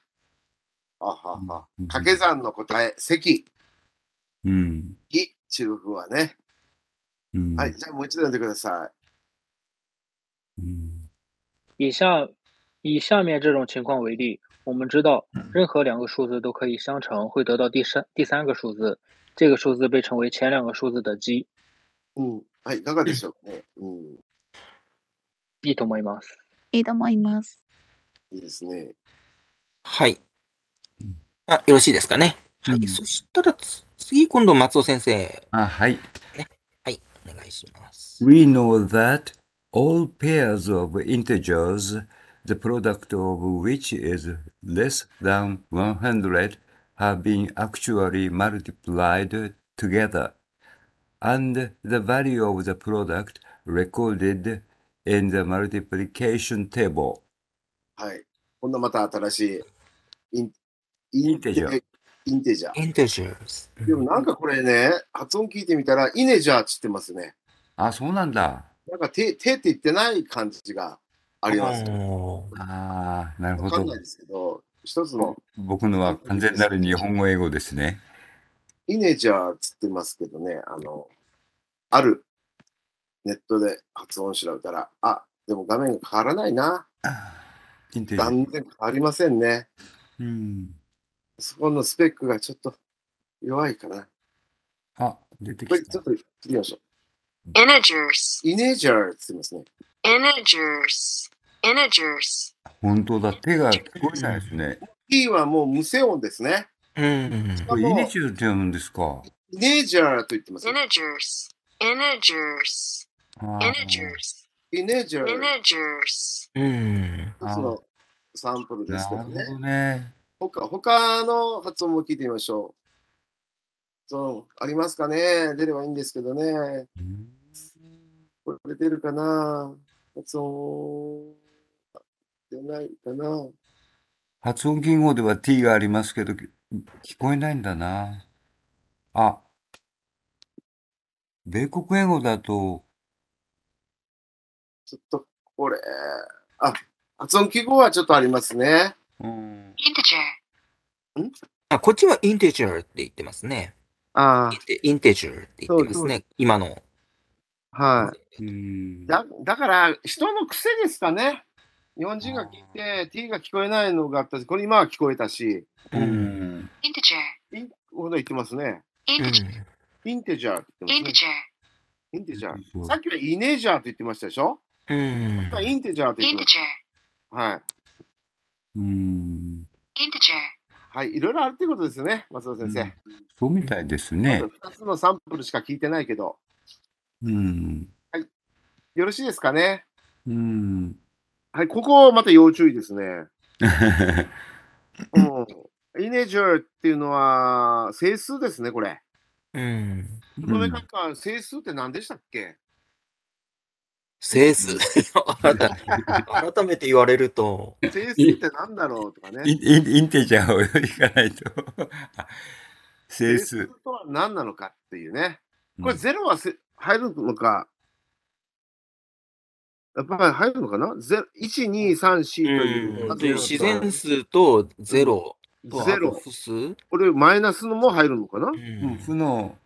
[SPEAKER 3] あはは。
[SPEAKER 2] うん
[SPEAKER 3] 掛け算の答え、積、
[SPEAKER 2] うん
[SPEAKER 3] い、中国語はね。
[SPEAKER 2] うん
[SPEAKER 3] はい、じゃあもう一度読んでくださ
[SPEAKER 2] うん
[SPEAKER 4] 以下以下面这种情况为例，我们知道任何两个数字都可以相乘，会得到第三第三个数字，这个数字被称为前两个数字的积。
[SPEAKER 3] い。うん。はい、いかがでしょうかね。うん。
[SPEAKER 4] いいと思います。
[SPEAKER 6] いいと思います。
[SPEAKER 3] いいですね。
[SPEAKER 1] はい。あ、よろしいですかね。はい。
[SPEAKER 2] うん
[SPEAKER 1] そしたらつ、次、今度、松尾先生、
[SPEAKER 2] あはい。
[SPEAKER 1] お願いします。
[SPEAKER 2] We know that all pairs of integers, the product of which is less than 100, have been actually multiplied together, and the value of the product recorded in the multiplication table.
[SPEAKER 3] はい。今度また新しい、イン
[SPEAKER 2] インテジャー。
[SPEAKER 3] インテジャ
[SPEAKER 1] インテジャーズ。
[SPEAKER 3] ー。でもなんかこれね、発音聞いてみたら、イネジャーって言ってますね。
[SPEAKER 2] あ、そうなんだ。
[SPEAKER 3] なんか手、手って言ってない感じがあります。
[SPEAKER 1] おー
[SPEAKER 2] ああ、なるほ
[SPEAKER 3] わかん
[SPEAKER 2] ど
[SPEAKER 3] ない。ですけど、一つの
[SPEAKER 2] 僕のは完全なる日本語英語ですね。
[SPEAKER 3] イネジャーっつってますけどね、あの、あるネットで発音調べたら、あ、でも画面が変わらないな。
[SPEAKER 2] インテリア。
[SPEAKER 3] 断然変わりませんね。
[SPEAKER 2] うん。
[SPEAKER 3] そこのスペックがちょっと弱いかな。
[SPEAKER 2] あ、出て
[SPEAKER 3] こ
[SPEAKER 2] き
[SPEAKER 3] れち
[SPEAKER 2] た
[SPEAKER 3] ょっ。と切りましょ
[SPEAKER 9] Integers.
[SPEAKER 3] う。イネジャーって言ってますね。
[SPEAKER 9] Integers. Integers.
[SPEAKER 2] 本当だ、手が聞こえないですね。
[SPEAKER 3] T はもう無声音ですね。
[SPEAKER 1] うん。
[SPEAKER 3] う
[SPEAKER 2] こ
[SPEAKER 3] ん
[SPEAKER 2] れイニシュルって読むんですか。
[SPEAKER 3] イネジャーと言ってますね。
[SPEAKER 9] Integers. Integers.
[SPEAKER 2] あー
[SPEAKER 9] Integers.
[SPEAKER 3] イネジャー、
[SPEAKER 9] Integers.
[SPEAKER 1] うん。
[SPEAKER 3] 一つのサンプルです
[SPEAKER 2] な
[SPEAKER 3] け
[SPEAKER 2] るほ
[SPEAKER 3] どね。
[SPEAKER 2] どね。
[SPEAKER 3] 他他の発音も聞いてみましょう。そう、ありますかね出ればいいんですけどね。
[SPEAKER 2] うん
[SPEAKER 3] これ出るかな発音。出ないかな
[SPEAKER 2] 発音記号では T がありますけど、聞こえないんだな。あ、米国英語だと、
[SPEAKER 3] ちょっと、これ。あ、発音記号はちょっとありますね。
[SPEAKER 2] うん、
[SPEAKER 9] Integer.
[SPEAKER 1] あ、こっちはインテジャーって言ってますね。
[SPEAKER 3] あ
[SPEAKER 1] インテインテジャーって言ってま
[SPEAKER 3] そ
[SPEAKER 1] す
[SPEAKER 3] うそ
[SPEAKER 1] ね。今の。
[SPEAKER 3] あ、は
[SPEAKER 2] うん
[SPEAKER 3] い。だだから、人の癖ですかね。日本人が聞いて、T が聞こえないのがあったし、これ今は聞こえたし、
[SPEAKER 2] う。ん
[SPEAKER 9] Integer.
[SPEAKER 3] インほど言ってますね。
[SPEAKER 1] う
[SPEAKER 9] Integer.
[SPEAKER 1] ん。
[SPEAKER 3] インテジャーって言ってますね。
[SPEAKER 9] Integer.
[SPEAKER 3] インテジャー。
[SPEAKER 2] そう
[SPEAKER 3] さっきはイネジャーと言ってましたでしょ
[SPEAKER 1] うん。
[SPEAKER 3] インテジャーと言ってました。
[SPEAKER 9] Integer.
[SPEAKER 3] はい。
[SPEAKER 2] うん。
[SPEAKER 9] Integer.
[SPEAKER 3] はい。いろいろあるってことですね、松尾先生。
[SPEAKER 2] そうみたいですね。
[SPEAKER 3] 2つのサンプルしか聞いてないけど、
[SPEAKER 2] うん。
[SPEAKER 3] よろしいですかね。
[SPEAKER 2] うん。
[SPEAKER 3] はい、ここまた要注意ですね。うん。イネジャーっていうのは、整数ですね、これ。
[SPEAKER 1] うん。
[SPEAKER 3] この上か整数って何でしたっけ
[SPEAKER 1] 整 数。あなた、改め て言われると、
[SPEAKER 3] 整数ってなんだろうとか
[SPEAKER 2] イ
[SPEAKER 3] ね。
[SPEAKER 2] ンインインテジャーをいかないと。整数。
[SPEAKER 3] とは何なのかっていうね。
[SPEAKER 2] うん
[SPEAKER 3] これゼロはせ入るのか、やっぱり入るのかなゼ ?1、2、3、4といううん
[SPEAKER 1] で自然数とゼロと
[SPEAKER 3] ゼ
[SPEAKER 1] あと
[SPEAKER 3] ロ。
[SPEAKER 1] 複数
[SPEAKER 3] これマイナスのも入るのかな
[SPEAKER 2] うん負の、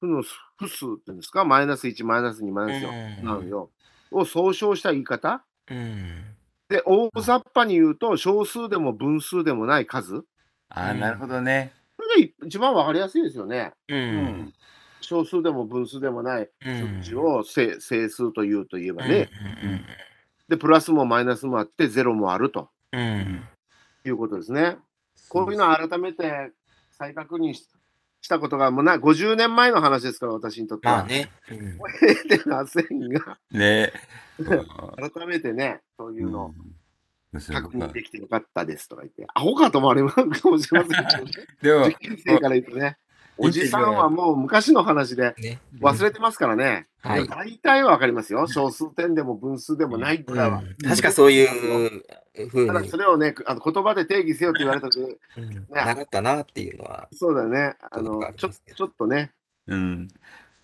[SPEAKER 3] 負の複数っていうんですかマイナス1、マイナス2、マイナス4。
[SPEAKER 1] う
[SPEAKER 3] なの
[SPEAKER 1] ん
[SPEAKER 3] よ。を総称した言い方
[SPEAKER 1] うん
[SPEAKER 3] で、大雑把に言うと、小数でも分数でもない数。
[SPEAKER 2] ああ、
[SPEAKER 1] うん
[SPEAKER 2] なるほどね。
[SPEAKER 3] これが一番わかりやすいですよね。
[SPEAKER 1] う。。
[SPEAKER 2] うん
[SPEAKER 3] 小数でも分数でもない
[SPEAKER 1] うん
[SPEAKER 3] 数字を整整数というといえばね、
[SPEAKER 1] うん
[SPEAKER 3] で、プラスもマイナスもあって、ゼロもあると
[SPEAKER 1] うん
[SPEAKER 3] いうことですね。こういうのを改めて再確認ししたことがもうな50年前の話ですから、私にとっては。
[SPEAKER 1] まあね。うん
[SPEAKER 3] でませんが、
[SPEAKER 2] ね。
[SPEAKER 3] 改めてね、そういうのを
[SPEAKER 2] うんそう
[SPEAKER 3] 確
[SPEAKER 2] か
[SPEAKER 3] 認できてよかったですとか言って、アホかと思われるかもしれませんけどね、
[SPEAKER 2] でも
[SPEAKER 3] 受、験生から言うとね、おじさんはもう昔の話で
[SPEAKER 1] ね。
[SPEAKER 3] 忘れてますからね、
[SPEAKER 1] はい
[SPEAKER 3] でも大体は分かりますよ、小数点でも分数でもないぐらいは。
[SPEAKER 1] うん確かそういうふ
[SPEAKER 3] た
[SPEAKER 1] う
[SPEAKER 3] だ
[SPEAKER 1] に
[SPEAKER 3] それをね、あの言葉で定義せよって言われたとき、
[SPEAKER 1] うん習ったなっていうのは。
[SPEAKER 3] そうだね、あ
[SPEAKER 1] そう
[SPEAKER 3] の
[SPEAKER 1] かあり
[SPEAKER 3] ちょ
[SPEAKER 1] ますね
[SPEAKER 3] ちょっとね、
[SPEAKER 2] うん。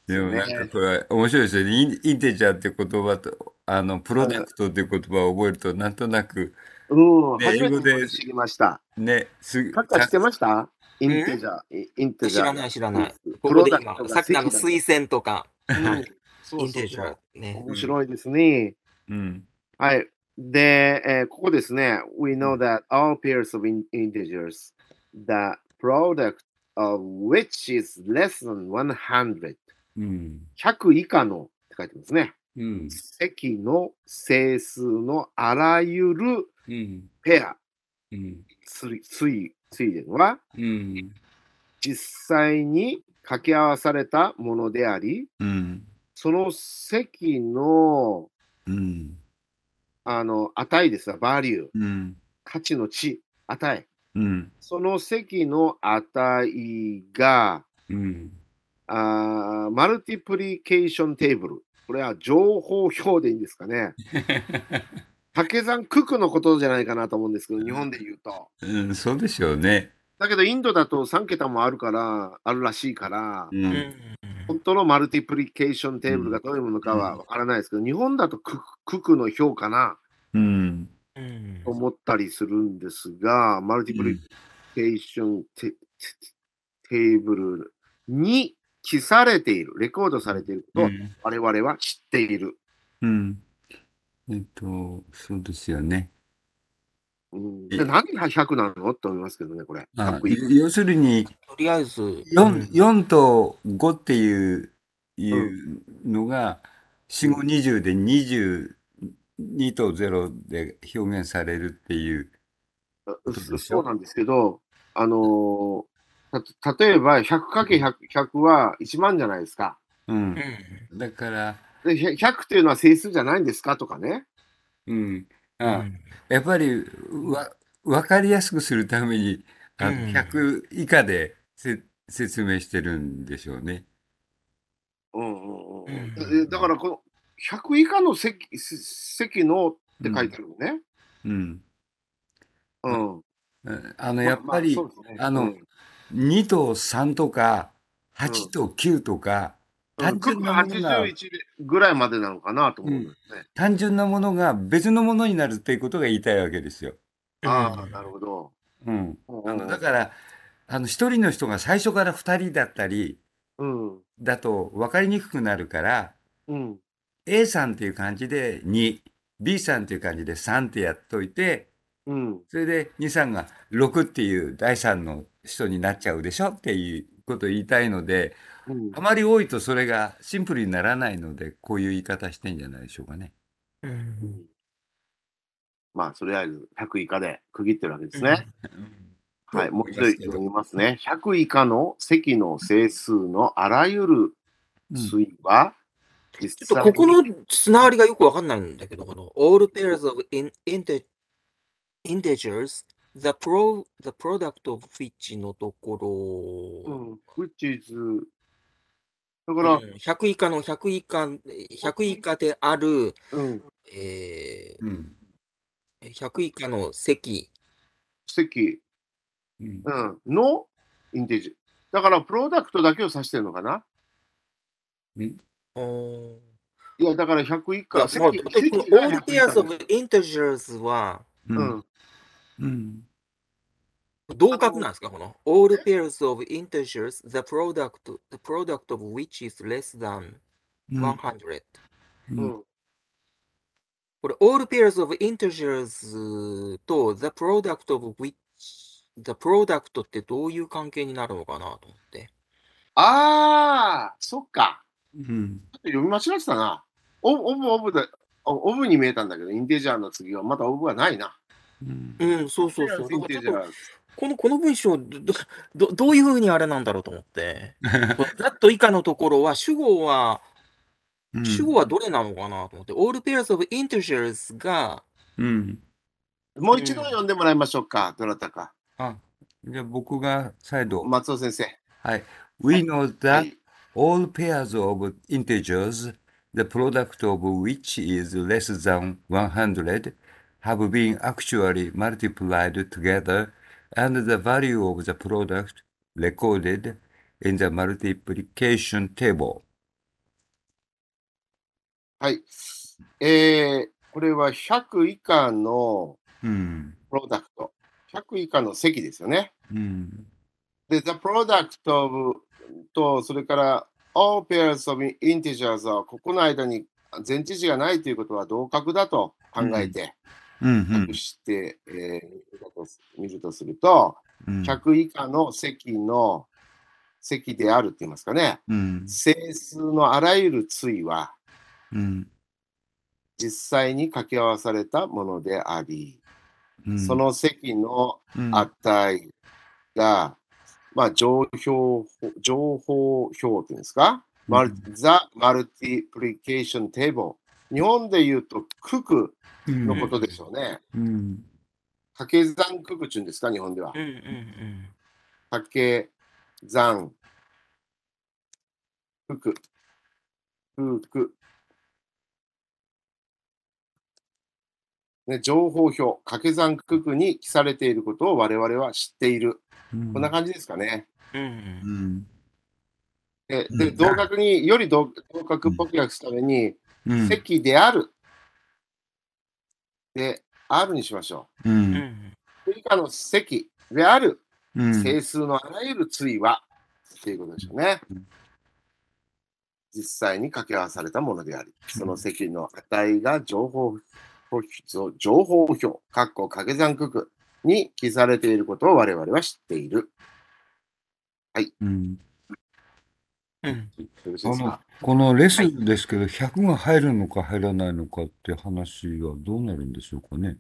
[SPEAKER 2] でも
[SPEAKER 3] ね
[SPEAKER 2] なんかこれ面白いですよね。インインテジャーって言葉と、あの、プロダクトっていう言葉を覚えると、なんとなく、
[SPEAKER 3] うん、
[SPEAKER 2] ね
[SPEAKER 3] 初め
[SPEAKER 2] 英語で
[SPEAKER 3] て知りました。
[SPEAKER 2] ね、すぐ、
[SPEAKER 3] カッカ知ってましたインテジャー、イインテ
[SPEAKER 1] 知
[SPEAKER 3] ジャー。
[SPEAKER 1] らない知らない。こ
[SPEAKER 3] プ
[SPEAKER 1] こ
[SPEAKER 3] ロ
[SPEAKER 1] で
[SPEAKER 3] ダ
[SPEAKER 1] 今
[SPEAKER 3] クト、
[SPEAKER 1] さ
[SPEAKER 3] が
[SPEAKER 1] っきのあの
[SPEAKER 3] 正規
[SPEAKER 1] 推薦とか、
[SPEAKER 3] だ
[SPEAKER 1] は
[SPEAKER 3] うん
[SPEAKER 1] い
[SPEAKER 3] そ
[SPEAKER 1] イ
[SPEAKER 3] う
[SPEAKER 1] ン
[SPEAKER 3] そ
[SPEAKER 1] テ
[SPEAKER 3] う
[SPEAKER 1] ジ
[SPEAKER 3] そ
[SPEAKER 1] ャ
[SPEAKER 3] う。
[SPEAKER 1] ーね。
[SPEAKER 3] 面白いですね。
[SPEAKER 2] うん。
[SPEAKER 3] はい。で、えーここですね。We know that all pairs of in- integers, the product of which is less than 100,
[SPEAKER 2] うん。
[SPEAKER 3] 100以下のって書いてますね。
[SPEAKER 2] うん。
[SPEAKER 3] 積の整数のあらゆる
[SPEAKER 2] うん。
[SPEAKER 3] ペア、
[SPEAKER 2] うん。
[SPEAKER 3] 推推推論は
[SPEAKER 2] うん。
[SPEAKER 3] 実際に掛け合わされたものであり、
[SPEAKER 2] うん。
[SPEAKER 3] その積の
[SPEAKER 2] うん。
[SPEAKER 3] あの値ですわ、バリュー、
[SPEAKER 2] うん。
[SPEAKER 3] 価値の値、値。
[SPEAKER 2] うん。
[SPEAKER 3] その積の値が、
[SPEAKER 2] うん。
[SPEAKER 3] あーマルティプリケーションテーブル。これは情報表でいいんですかね。掛け算九九のことじゃないかなと思うんですけど、日本で言うと。
[SPEAKER 2] うん、 そうでしょうね。
[SPEAKER 3] だけど、インドだと3桁もあるから、あるらしいから、
[SPEAKER 2] う
[SPEAKER 1] うん
[SPEAKER 2] ん。
[SPEAKER 3] 本当のマルティプリケーションテーブルがどういうものかはわからないですけど、日本だと九九九の表かな
[SPEAKER 2] うん。
[SPEAKER 1] うん
[SPEAKER 3] と思ったりするんですが、マルティプリケーションテ,、テーブルに記されている、レコードされていることを我々は知っている。
[SPEAKER 2] うん。えっと、そうですよね。
[SPEAKER 3] うん、
[SPEAKER 2] え
[SPEAKER 3] でなんで100なのって思いますけどね、これ。
[SPEAKER 2] あ
[SPEAKER 3] 100いく
[SPEAKER 2] 要するに、
[SPEAKER 1] とりあえず、
[SPEAKER 2] 4、4と5っていう、いうのが、4、5、20で22と0で表現されるっていう。
[SPEAKER 3] う
[SPEAKER 2] そうでしょ
[SPEAKER 3] そうなんですけど、あのーた例えば 100×100 100は1万じゃないですか。
[SPEAKER 2] うん
[SPEAKER 1] う。ん
[SPEAKER 2] だから、
[SPEAKER 3] でひゃ100っていうのは整数じゃないんですかとかね。
[SPEAKER 2] うん。
[SPEAKER 1] う
[SPEAKER 2] あ、
[SPEAKER 1] ん
[SPEAKER 2] やっぱり、わ、わかりやすくするために、あの、
[SPEAKER 1] うん
[SPEAKER 2] 100以下でせ説明してるんでしょうね。
[SPEAKER 3] うんうんうんうん
[SPEAKER 1] うん
[SPEAKER 3] でだからこの100以下の席せ席のって書いてあるのね。
[SPEAKER 2] うん。
[SPEAKER 3] うん。
[SPEAKER 2] うんあの、
[SPEAKER 3] ま
[SPEAKER 2] やっぱり、
[SPEAKER 3] まあそうですね
[SPEAKER 2] あの
[SPEAKER 3] うん
[SPEAKER 2] 2と3とか、8と9とか、単純なものが、
[SPEAKER 3] 81ぐらいまでなのかなと思うんですね。
[SPEAKER 2] 単純なものが別のものになるっていうことが言いたいわけですよ。
[SPEAKER 3] ああ、なるほど。
[SPEAKER 2] うん。
[SPEAKER 3] うん
[SPEAKER 2] あの、だから、あの、一人の人が最初から二人だったり、
[SPEAKER 3] うん。
[SPEAKER 2] だと分かりにくくなるから、
[SPEAKER 3] うん。
[SPEAKER 2] A さんっていう感じで2、B さんっていう感じで3ってやっといて、
[SPEAKER 3] うん。
[SPEAKER 2] それで2さんが6っていう第3の人になっちゃうでしょっていうことを言いたいので、
[SPEAKER 3] うん
[SPEAKER 2] あまり多いとそれがシンプルにならないので、こういう言い方してんじゃないでしょうかね。
[SPEAKER 1] うん
[SPEAKER 3] まあ、とりあえず100以下で区切ってるわけですね。はい。
[SPEAKER 2] と思
[SPEAKER 3] もう
[SPEAKER 2] い
[SPEAKER 3] 一
[SPEAKER 2] ま
[SPEAKER 3] 度
[SPEAKER 2] すけど
[SPEAKER 3] 読みますね。100以下の席の整数のあらゆる
[SPEAKER 2] うん
[SPEAKER 3] 数は、実
[SPEAKER 1] ちょっと
[SPEAKER 3] 際
[SPEAKER 1] ここのつながりがよくわかんないんだけど、この All pairs of in, inte- integers, the, pro, the product of which のところ、
[SPEAKER 3] うん、which is だか
[SPEAKER 1] う
[SPEAKER 3] ら、
[SPEAKER 1] ん100以下の100以下、100以下である、
[SPEAKER 3] うん、
[SPEAKER 1] え
[SPEAKER 2] うん
[SPEAKER 1] ー、100以下の席、
[SPEAKER 3] 席、
[SPEAKER 2] うん
[SPEAKER 3] うん、のインテージ。だから、プロダクトだけを指してるのかな
[SPEAKER 1] おー
[SPEAKER 3] いや、だから100以
[SPEAKER 1] いや
[SPEAKER 3] 下。
[SPEAKER 1] まあ、こ
[SPEAKER 3] 席
[SPEAKER 1] の
[SPEAKER 3] 席が
[SPEAKER 1] All
[SPEAKER 3] 100以下
[SPEAKER 1] Pairs of Integers は
[SPEAKER 2] う
[SPEAKER 3] うんん、
[SPEAKER 2] うん
[SPEAKER 1] 同格なんですかこの All Pairs of Integers, the product, the product of which is less than
[SPEAKER 2] う
[SPEAKER 1] 100.
[SPEAKER 2] ん
[SPEAKER 3] う
[SPEAKER 2] うん
[SPEAKER 3] ん、
[SPEAKER 1] これ、all pairs of integers と the product of which, the product ってどういう関係になるのかなと思って。
[SPEAKER 3] あー、そっか。
[SPEAKER 2] うん
[SPEAKER 3] ちょっと読み間違えてたな。オブ、オブ、オブで、おオブに見えたんだけど、インテージャーの次はまだオブがないな。
[SPEAKER 2] うん
[SPEAKER 1] うん、そうそうそう。
[SPEAKER 3] インテージャー。
[SPEAKER 1] この、この文章ど、ど、どういうふうにあれなんだろうと思 って。ざっと以下のところは、主語は、
[SPEAKER 2] うん
[SPEAKER 1] 主語はどれなのかなと思って、all pairs of integers が、
[SPEAKER 2] うん
[SPEAKER 3] もう一度読んでもらいましょうか、どなたか。
[SPEAKER 2] あじゃあ僕が再度
[SPEAKER 3] 松尾先生。
[SPEAKER 2] はい。We know
[SPEAKER 3] は
[SPEAKER 2] that
[SPEAKER 3] い
[SPEAKER 2] all pairs of integers, the product of which is less than 100, have been actually multiplied together, and the value of the product recorded in the multiplication table.
[SPEAKER 3] はい。えー、これは100以下の
[SPEAKER 2] うん。
[SPEAKER 3] プロダクト。100以下の席ですよね。
[SPEAKER 2] うん。
[SPEAKER 3] で、the product of と、それから all pairs of integers は、ここの間に前置詞がないということは同格だと考えて、
[SPEAKER 2] うん
[SPEAKER 3] 訳して、えー見るとす見るとすると、
[SPEAKER 2] うん。
[SPEAKER 3] 100以下の席の席であるって言いますかね。
[SPEAKER 2] うん。
[SPEAKER 3] 整数のあらゆる対は、
[SPEAKER 2] うん。
[SPEAKER 3] 実際に掛け合わされたものであり、
[SPEAKER 2] うん。
[SPEAKER 3] その積の
[SPEAKER 2] うん、
[SPEAKER 3] 値が、まあ、情報、情報表というんですか、マル
[SPEAKER 2] うん
[SPEAKER 3] The Multiplication Table。日本で言うと、九九
[SPEAKER 2] うん
[SPEAKER 3] のことでしょうね。
[SPEAKER 2] うん。
[SPEAKER 3] 掛け算九九っていうんですか、日本では
[SPEAKER 1] うん。うん
[SPEAKER 3] 掛け算九九。九九。ね、情報表、掛け算九九に記されていることを我々は知っている。こんな感じですかね。
[SPEAKER 1] うん。うん
[SPEAKER 2] うん。
[SPEAKER 3] で、
[SPEAKER 2] う
[SPEAKER 3] で
[SPEAKER 2] ん
[SPEAKER 3] 同格により同同格っぽく訳すために、
[SPEAKER 2] うん。
[SPEAKER 3] 席である。で、R にしましょ
[SPEAKER 2] う。
[SPEAKER 1] うん。うんん。
[SPEAKER 3] う。以下の席である
[SPEAKER 2] うん。
[SPEAKER 3] 整数のあらゆる対は、っていうことでしょうね
[SPEAKER 2] うん。
[SPEAKER 3] 実際に掛け合わされたものであり、その積の値が情報情報表、括弧掛け算区区に記されていることを我々は知っている。
[SPEAKER 2] うん。
[SPEAKER 1] うん。
[SPEAKER 3] よろしい
[SPEAKER 2] あ
[SPEAKER 3] です
[SPEAKER 2] の
[SPEAKER 3] か、
[SPEAKER 2] このレッスンですけど、100が入るのか入らないのかって話はどうなるんでしょうかね。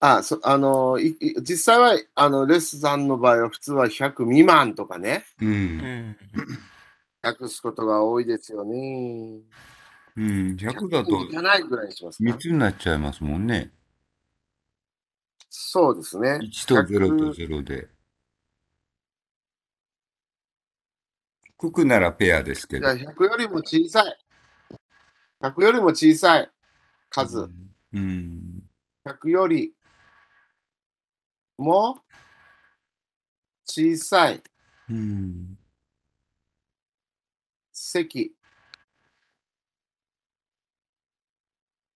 [SPEAKER 3] あそあのいい実際はあのレスさんの場合は普通は100未満とかね、
[SPEAKER 2] う。
[SPEAKER 1] うんん。
[SPEAKER 3] 訳すことが多いですよね。
[SPEAKER 2] うん、100だと
[SPEAKER 3] いかないぐらいにしますか
[SPEAKER 2] 3つになっちゃいますもんね。
[SPEAKER 3] そうですね。
[SPEAKER 2] 1と0と0で。九九ならペアですけ
[SPEAKER 3] じゃ
[SPEAKER 2] ど
[SPEAKER 3] あ。100よりも小さい。100よりも小さい数。
[SPEAKER 2] うん。
[SPEAKER 3] 100よりも小さい
[SPEAKER 2] うん。
[SPEAKER 3] 積。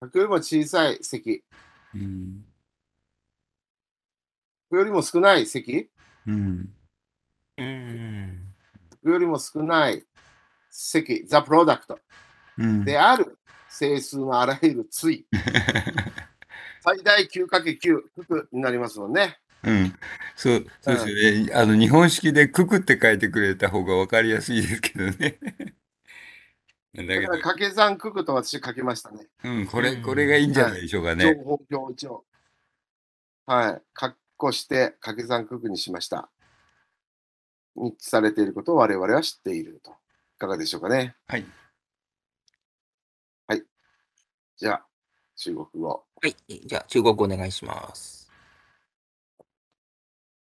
[SPEAKER 3] 100よりも小さい積。
[SPEAKER 2] うん。
[SPEAKER 3] 100よりも少ない積。
[SPEAKER 2] うん。
[SPEAKER 1] うん。
[SPEAKER 3] 100よりも少ない積。ザ・プロダクト。
[SPEAKER 2] うん。
[SPEAKER 3] である整数のあらゆる 対。最大 9×9 複になりますもんね。
[SPEAKER 2] うん。そう、そうですよね。あの、日本式で九九って書いてくれた方がわかりやすいですけどね。だ
[SPEAKER 3] だ
[SPEAKER 2] け
[SPEAKER 3] から
[SPEAKER 2] ど、
[SPEAKER 3] 掛け算九九と私書きましたね。
[SPEAKER 2] うん、これ、これがいいんじゃないでしょうか
[SPEAKER 3] 情
[SPEAKER 2] ね。
[SPEAKER 3] 報表一応。はい。括弧して掛け算九九にしました。に記されていることを我々は知っていると。いかがでしょうかね。
[SPEAKER 2] はい。
[SPEAKER 3] じゃあ、中国語。
[SPEAKER 1] はい。じゃあ、中国語お願いします。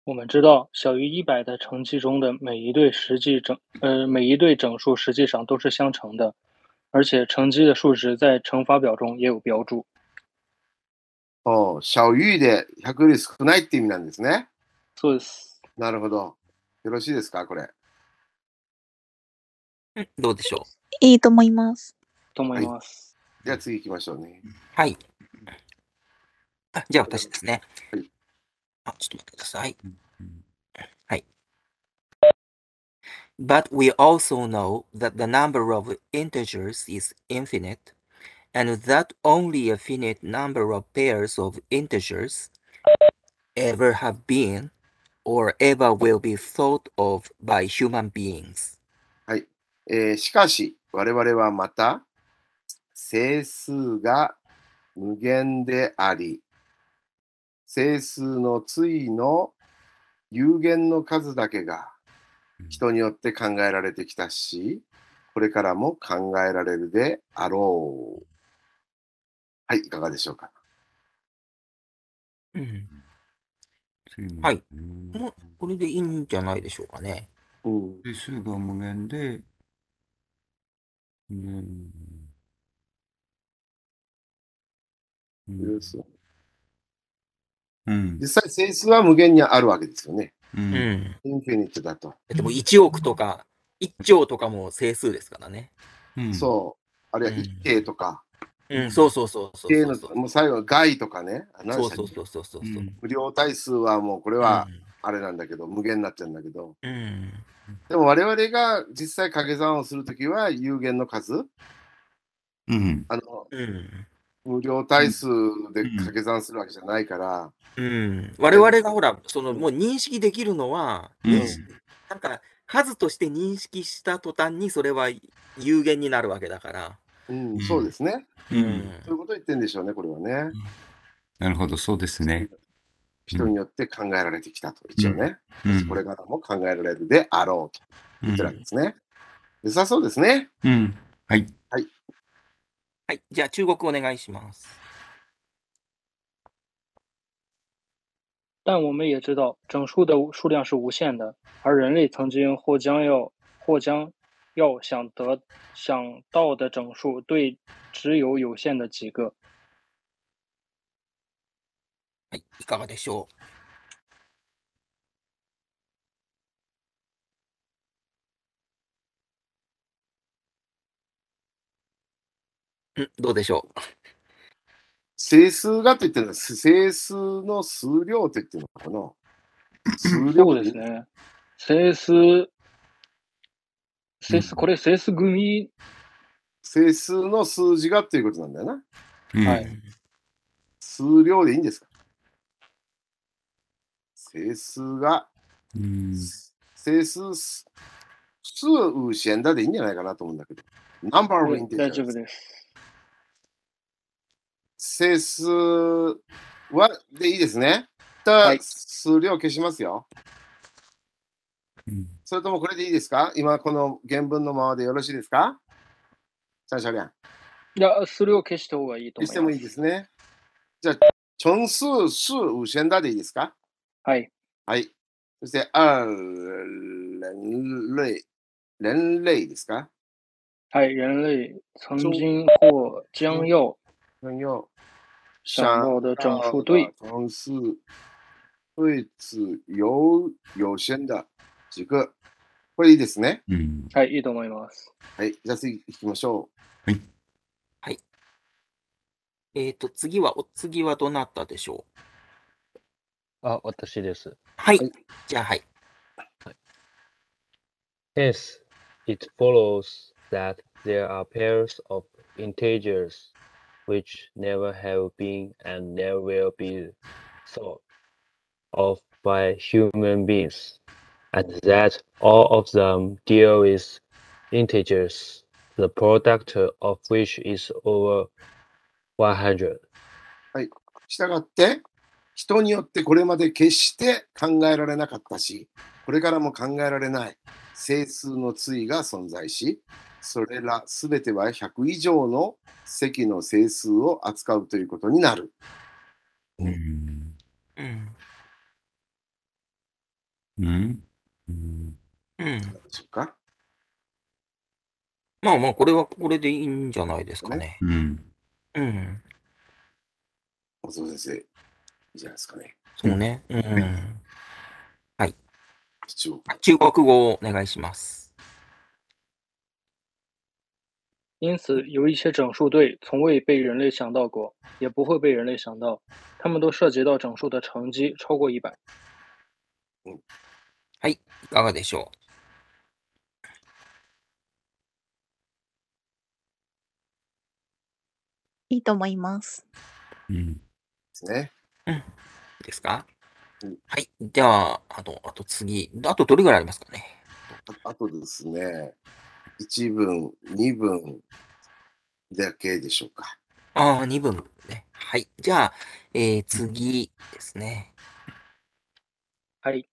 [SPEAKER 4] 我们知道，小于一百的乘积中的每一对实际整，呃，每一对整数实际上都是相乘的，而且乘积的数值在乘法表中也有标注。
[SPEAKER 3] おう小于で100より少ないって意味なんですね。
[SPEAKER 4] そうです。
[SPEAKER 3] なるほど。よろしいですかこれ。
[SPEAKER 1] どうでしょう
[SPEAKER 6] いいと思います。
[SPEAKER 4] と思います。
[SPEAKER 3] じゃあ次行きましょうね。
[SPEAKER 1] はい。あじゃあ私ですね
[SPEAKER 3] はい。
[SPEAKER 1] あ、ちょっと待ってください。はい。But we also know that the number of integers is infinite, and that only a finite number of pairs of integers ever have been or ever will be thought of by human beings.
[SPEAKER 3] えーしかし、我々はまた、整数が無限であり、整数の対の有限の数だけが人によって考えられてきたし、これからも考えられるであろう。はい、いかがでしょうか。
[SPEAKER 1] うん、
[SPEAKER 2] 次
[SPEAKER 1] はい
[SPEAKER 2] うん
[SPEAKER 1] もうこれでいいんじゃないでしょうかね。
[SPEAKER 3] うん、
[SPEAKER 2] で数が無限で、うんうんうん
[SPEAKER 3] 実際、整数は無限にあるわけですよね。
[SPEAKER 2] う
[SPEAKER 1] うんん。
[SPEAKER 3] インフィニットだと。
[SPEAKER 1] でも1億とか、1兆とかも整数ですからね。
[SPEAKER 2] うん
[SPEAKER 3] そう、あるいは
[SPEAKER 1] うん
[SPEAKER 3] 一形とか、
[SPEAKER 1] うん、そうそうそうそう
[SPEAKER 3] 形
[SPEAKER 1] そ
[SPEAKER 3] の
[SPEAKER 1] うそう。
[SPEAKER 3] もう最後は外とかね、あ何
[SPEAKER 1] そ
[SPEAKER 3] で
[SPEAKER 1] う
[SPEAKER 3] し
[SPEAKER 1] そう
[SPEAKER 3] たっけ
[SPEAKER 1] そうそうそう。
[SPEAKER 2] うん
[SPEAKER 3] 無料対数はもうこれは
[SPEAKER 1] う
[SPEAKER 3] あれなんだけど、無限になっちゃうんだけど、
[SPEAKER 1] ん。うん。
[SPEAKER 3] でも我々が実際掛け算をするときは有限の数、
[SPEAKER 2] うん
[SPEAKER 3] あの
[SPEAKER 1] うん。
[SPEAKER 3] 無料対数で掛け算するわけじゃないから、
[SPEAKER 1] うん。我々がほら、そのもう認識できるのは、
[SPEAKER 2] うん
[SPEAKER 3] うん
[SPEAKER 1] なんか数として認識した途端にそれは有限になるわけだから。
[SPEAKER 3] うん
[SPEAKER 2] うん
[SPEAKER 3] そうですね。
[SPEAKER 2] う
[SPEAKER 1] うんん。
[SPEAKER 3] そういうことを言ってんでしょうね、これはね。
[SPEAKER 2] なるほど、そうですね。
[SPEAKER 3] 人によって考えられてきたと、一応ね、
[SPEAKER 2] うん
[SPEAKER 3] これからも考えられるであろうと
[SPEAKER 2] う
[SPEAKER 3] 言ってるわけ
[SPEAKER 2] ん
[SPEAKER 3] ですね。良さそうですね。
[SPEAKER 2] うんはい。
[SPEAKER 1] はい。じゃあ中国お願いします。
[SPEAKER 4] 但我们也知道，整数的数量是无限的，而人类曾经或将要或将要想得想到的整数，对只有有限的几个。
[SPEAKER 1] はい。いかがでしょううん、どうでしょう
[SPEAKER 3] 整数がと言ってるのは、整数の数量と言ってるのか な。数量
[SPEAKER 4] そうです。ね。整数、整数、これ整数組
[SPEAKER 3] 整数の数字がということなんだよな。
[SPEAKER 2] うん
[SPEAKER 4] はい
[SPEAKER 3] 数量でいいんですか整数が、
[SPEAKER 2] うん
[SPEAKER 3] 整数す、数限だでいいんじゃないかなと思うんだけど。number of
[SPEAKER 4] 大丈
[SPEAKER 3] integers
[SPEAKER 4] 夫。です。
[SPEAKER 3] 整数はでいいですね。
[SPEAKER 4] はい
[SPEAKER 3] 数量消しますよ。
[SPEAKER 2] うん
[SPEAKER 3] それともこれでいいですか今この原文のままでよろしいですかチャンシャリャン。
[SPEAKER 4] いや、それを消した方がいいと
[SPEAKER 3] 消
[SPEAKER 4] 思
[SPEAKER 3] しても
[SPEAKER 4] います。
[SPEAKER 3] いいですね。じゃあ、チョンスースーシェンダでいいですか
[SPEAKER 4] はい。
[SPEAKER 3] はい。そして、あー人類、人類ですか
[SPEAKER 4] はい。哎人类曾经或将要
[SPEAKER 3] 人用。
[SPEAKER 4] 嗯想到的整数对
[SPEAKER 3] チョンスー、对此有有限的几个。これいいですね。
[SPEAKER 2] うん
[SPEAKER 4] はい、いいと思います。
[SPEAKER 3] はい。じゃあ次行きましょ
[SPEAKER 1] えっ、と、次は、お次はどなたでしょう
[SPEAKER 7] あ、私です。
[SPEAKER 1] はい。
[SPEAKER 3] はい
[SPEAKER 1] じゃあ、はい。
[SPEAKER 7] Hence, it follows that there are pairs of integers which never have been and never will be thought of by human beings, and that all of them deal with integers, the product of which is over 100.
[SPEAKER 3] う。したがって、人によってこれまで決して考えられなかったし、これからも考えられない整数の対が存在し、それらすべては100以上の積の整数を扱うということになる。
[SPEAKER 2] うん
[SPEAKER 1] うん。
[SPEAKER 2] うんうん
[SPEAKER 1] うん。
[SPEAKER 3] でしょうか。
[SPEAKER 1] まあまあ、これはこれでいいんじゃないですかね。
[SPEAKER 2] うん
[SPEAKER 1] うん。
[SPEAKER 3] 松本先生、いいじゃないですかね。
[SPEAKER 1] そうね。うん。
[SPEAKER 3] 中国
[SPEAKER 1] 中国語をお願いします。
[SPEAKER 4] 因此，有一些整数对从未被人类想到过，也不会被人类想到，它们都涉及到整数的乘积超过一百。
[SPEAKER 1] いかがでしょ
[SPEAKER 6] いいと思います。
[SPEAKER 2] うん
[SPEAKER 3] ですね。
[SPEAKER 1] うですか、
[SPEAKER 3] うん
[SPEAKER 1] はい。では、あと、あと次。あとどれぐらいありますかね
[SPEAKER 3] ああとですね、1分、2分だけでしょうか。
[SPEAKER 1] ああ、2分ね。はい。じゃあ、えー、次ですね。
[SPEAKER 4] I,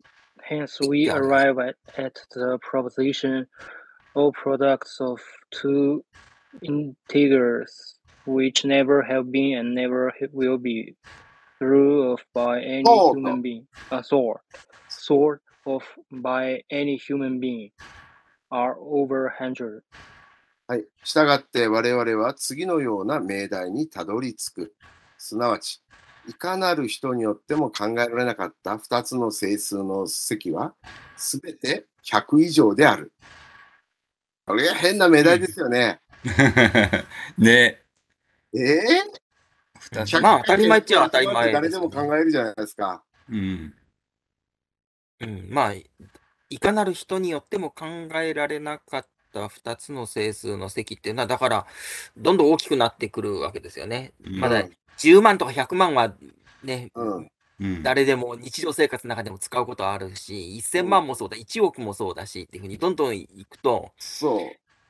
[SPEAKER 4] hence, we
[SPEAKER 1] Yeah.
[SPEAKER 4] arrive at, at the proposition all products of two integers which never have been and never ha- will be through of by any
[SPEAKER 3] Sort
[SPEAKER 4] human
[SPEAKER 3] of.
[SPEAKER 4] being a sword sword of by any human being are over hundred
[SPEAKER 3] はい。したがって我々は次のような命題にたどり着く。すなわち、いかなる人によっても考えられなかった2つの整数の積は、すべて100以上である。これが変な命題ですよね。
[SPEAKER 2] ね
[SPEAKER 3] ええ
[SPEAKER 2] 二つ
[SPEAKER 3] 100
[SPEAKER 1] まあ当たり前っちゃ当たり前ですよね
[SPEAKER 3] 誰でも考えるじゃないですか。
[SPEAKER 2] うん
[SPEAKER 1] うん。まあ、いかなる人によっても考えられなかった2つの整数の積っていうのは、だから、どんどん大きくなってくるわけですよね。ま
[SPEAKER 3] う
[SPEAKER 1] だ
[SPEAKER 3] ん
[SPEAKER 1] 10万とか100万はね、
[SPEAKER 3] うん
[SPEAKER 2] うん
[SPEAKER 1] 誰でも日常生活の中でも使うことはあるし、1000万もそうだ、1億もそうだしっていうふうにどんどんいくと、
[SPEAKER 3] そ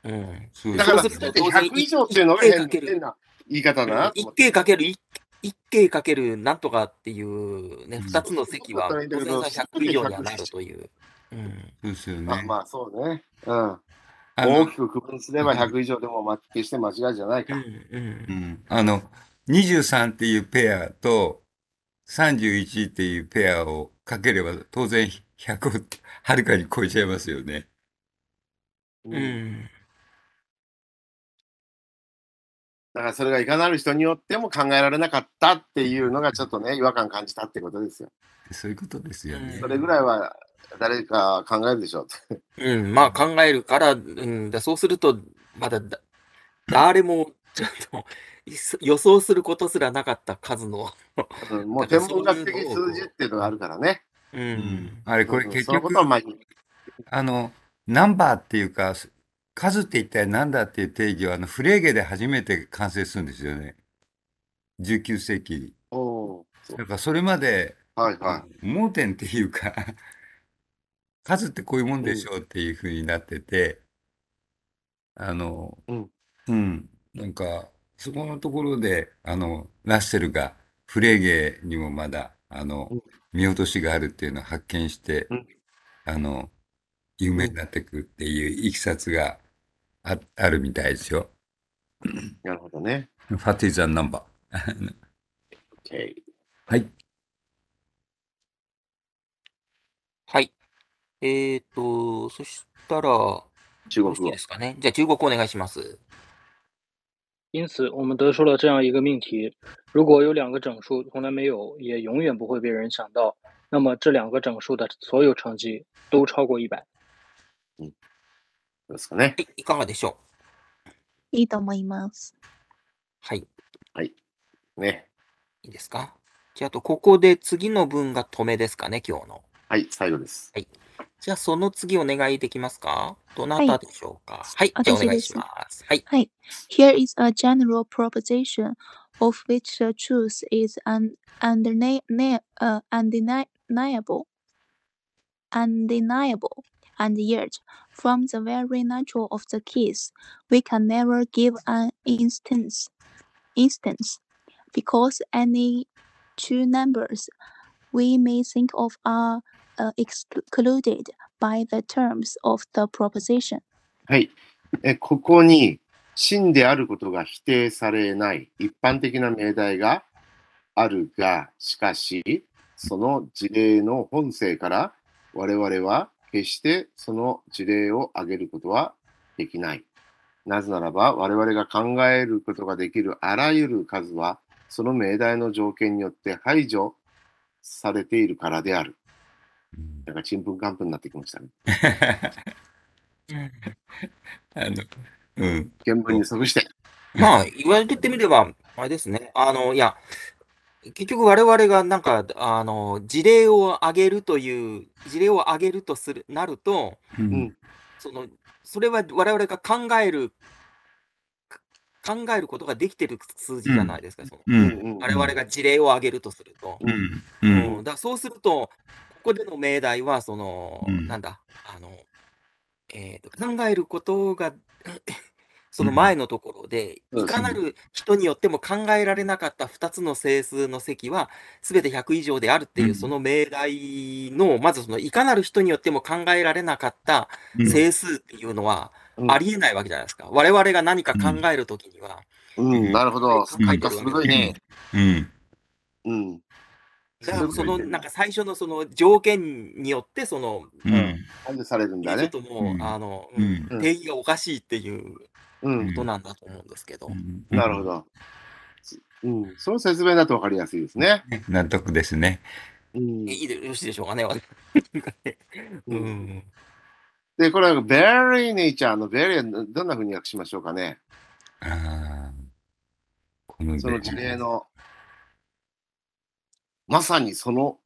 [SPEAKER 1] うん、
[SPEAKER 2] そう
[SPEAKER 3] う。
[SPEAKER 2] で
[SPEAKER 3] だ
[SPEAKER 2] す
[SPEAKER 3] か
[SPEAKER 2] よ
[SPEAKER 3] ら、
[SPEAKER 1] そう
[SPEAKER 3] す
[SPEAKER 1] す
[SPEAKER 3] べ
[SPEAKER 1] る
[SPEAKER 2] ね
[SPEAKER 1] と
[SPEAKER 3] て100以上っていうのが変変な言い方だなと
[SPEAKER 1] 一
[SPEAKER 3] 思って。
[SPEAKER 1] 径かける一一径かけるなんとかっていうね、
[SPEAKER 2] うん
[SPEAKER 1] 2つの積は
[SPEAKER 3] そうだったらいいん
[SPEAKER 1] 当
[SPEAKER 3] だ
[SPEAKER 1] 然
[SPEAKER 3] けど
[SPEAKER 1] さ100以上にはなるという。うん、
[SPEAKER 2] そうですよね
[SPEAKER 3] あまあそうね。うん。
[SPEAKER 2] あの
[SPEAKER 3] 大きく区分すれば100以上でも、ま、決して間違いじゃないか。
[SPEAKER 1] うん、うん
[SPEAKER 2] う。んあの、23っていうペアと31っていうペアをかければ当然100をはるかに超えちゃいますよね。
[SPEAKER 3] う
[SPEAKER 1] うんん
[SPEAKER 3] だからそれがいかなる人によっても考えられなかったっていうのがちょっとね、違和感感じたってことですよ。
[SPEAKER 2] そういうことですよね
[SPEAKER 3] そ。れぐらいは誰か考えるでしょう。
[SPEAKER 1] うん、まあ考えるから、うん、だそうすると、まだだ誰もちょっといそ予想することすらなかった数の、
[SPEAKER 3] うんもう
[SPEAKER 1] だ
[SPEAKER 3] 天
[SPEAKER 1] から
[SPEAKER 3] 文学的数字っていうのがあるからね。
[SPEAKER 1] う
[SPEAKER 2] うん
[SPEAKER 1] ん、
[SPEAKER 2] あれこれ
[SPEAKER 3] うん
[SPEAKER 2] 結
[SPEAKER 3] そのこ
[SPEAKER 2] 局
[SPEAKER 3] とをまあ言う
[SPEAKER 2] あのナンバーっていうか数って一体何だっていう定義はあのフレーゲで初めて完成するんですよね。19世紀に。
[SPEAKER 3] おーそう
[SPEAKER 2] だからそれまで
[SPEAKER 3] はいは
[SPEAKER 2] 盲点っていうか 数ってこういうもんでしょうっていうふうになってて、あの、
[SPEAKER 3] うん
[SPEAKER 2] うんなんか、そこのところで、あの、ラッセルがフレーゲにもまだ、あの
[SPEAKER 3] うん、
[SPEAKER 2] 見落としがあるっていうのを発見して
[SPEAKER 3] うん、
[SPEAKER 2] あの、有名になってくっていういきさつがあ、あるみたいですよ。
[SPEAKER 3] い。なるほどね。
[SPEAKER 2] ファティザンナンバー。
[SPEAKER 3] OK
[SPEAKER 2] はい。
[SPEAKER 1] はい。えー、と、そしたら、よ
[SPEAKER 3] 中
[SPEAKER 1] ろ
[SPEAKER 3] 国
[SPEAKER 1] しい
[SPEAKER 3] 語
[SPEAKER 1] で。すかね。じゃあ中国お願いします。
[SPEAKER 4] 因此，我们得出了这样一个命题：如果有两个整数从来没有，也永远不会被人想到，那么这两个整数的所有乘积都超过一百。
[SPEAKER 3] どうですかね。
[SPEAKER 1] はい、いかがでしょう
[SPEAKER 6] いいと思います。
[SPEAKER 1] はい、い
[SPEAKER 3] ね。
[SPEAKER 1] いですかじゃあ、あと、ここで次の文が止めですかね、今日の。
[SPEAKER 3] はい、最後です。
[SPEAKER 1] じゃあ、その次お願いできますかどなたでしょうかはい、
[SPEAKER 6] あ
[SPEAKER 1] じゃあお
[SPEAKER 6] 私
[SPEAKER 1] 願い
[SPEAKER 6] です
[SPEAKER 1] します。はい。
[SPEAKER 6] はい。Here is a general proposition of which the truth is un- undeni- ne- uh, undeniable, undeniable, and yet, from the very nature of the case, we can never give an instance, instance, because any two numbers we may think of are uh, excluded by the terms of the proposition.
[SPEAKER 3] はい。えここに、真であることが否定されない一般的な命題があるが、しかし、その事例の本性から我々は決してその事例を挙げることはできない。なぜならば、我々が考えることができるあらゆる数は、その命題の条件によって排除されているからである。なんか、ちんぷんかんぷんになってきましたね。
[SPEAKER 2] あの、うん。
[SPEAKER 3] 原文に即して。
[SPEAKER 1] まあ、言われてみれば、あれですね。あの、いや、結局我々がなんか、あの、事例を挙げるという、事例を挙げるとする、なると、
[SPEAKER 2] う
[SPEAKER 3] うん
[SPEAKER 2] ん。
[SPEAKER 1] その、それは我々が考える、か考えることができてる数字じゃないですか。その
[SPEAKER 2] う。
[SPEAKER 3] うんんうん
[SPEAKER 1] 我々が事例を挙げるとすると。
[SPEAKER 2] うん。
[SPEAKER 1] う
[SPEAKER 2] うん
[SPEAKER 1] ん、だからそうすると、ここでの命題は、その、
[SPEAKER 2] うん
[SPEAKER 1] なんだ、あの、えーと考えることが、その前のところで、
[SPEAKER 3] う
[SPEAKER 1] い
[SPEAKER 3] ん
[SPEAKER 1] かなる人によっても考えられなかった2つの整数の積は、すべて100以上であるっていうう、
[SPEAKER 2] ん
[SPEAKER 1] その命題の、まずその、いかなる人によっても考えられなかった
[SPEAKER 2] うん。
[SPEAKER 1] 整数っていうのは、
[SPEAKER 3] うん
[SPEAKER 1] ありえないわけじゃないですか。我々が何か考えるときには、
[SPEAKER 3] うん、なるほど。
[SPEAKER 1] 考
[SPEAKER 3] な
[SPEAKER 1] え
[SPEAKER 3] ん
[SPEAKER 1] て
[SPEAKER 3] か
[SPEAKER 1] るわけです
[SPEAKER 3] 鋭いね。
[SPEAKER 2] うん。
[SPEAKER 3] うん。
[SPEAKER 1] だか
[SPEAKER 3] す
[SPEAKER 1] ら
[SPEAKER 3] ごい
[SPEAKER 1] その、
[SPEAKER 3] ね
[SPEAKER 1] なんか最初のその条件によって、その、
[SPEAKER 2] うん。
[SPEAKER 3] 排除されるんだ
[SPEAKER 1] ちょっ
[SPEAKER 3] ね。
[SPEAKER 1] ともう、
[SPEAKER 2] うん
[SPEAKER 1] あの、
[SPEAKER 2] う
[SPEAKER 1] うんん
[SPEAKER 3] うん
[SPEAKER 1] 定義がおかしいっていうこ
[SPEAKER 3] うん。
[SPEAKER 1] となんだと思うんですけど、
[SPEAKER 2] うん
[SPEAKER 3] なるほど。うん。その説明だと分かりやすいですね。
[SPEAKER 2] 納得ですね。
[SPEAKER 3] うん
[SPEAKER 1] えいいでよろしいでしょうかね、私
[SPEAKER 3] う
[SPEAKER 1] うんん、
[SPEAKER 3] で、これは very nature の very はどんなふうに訳しましょうかね。
[SPEAKER 2] ああ。この
[SPEAKER 3] その事例 の、まさにそ の、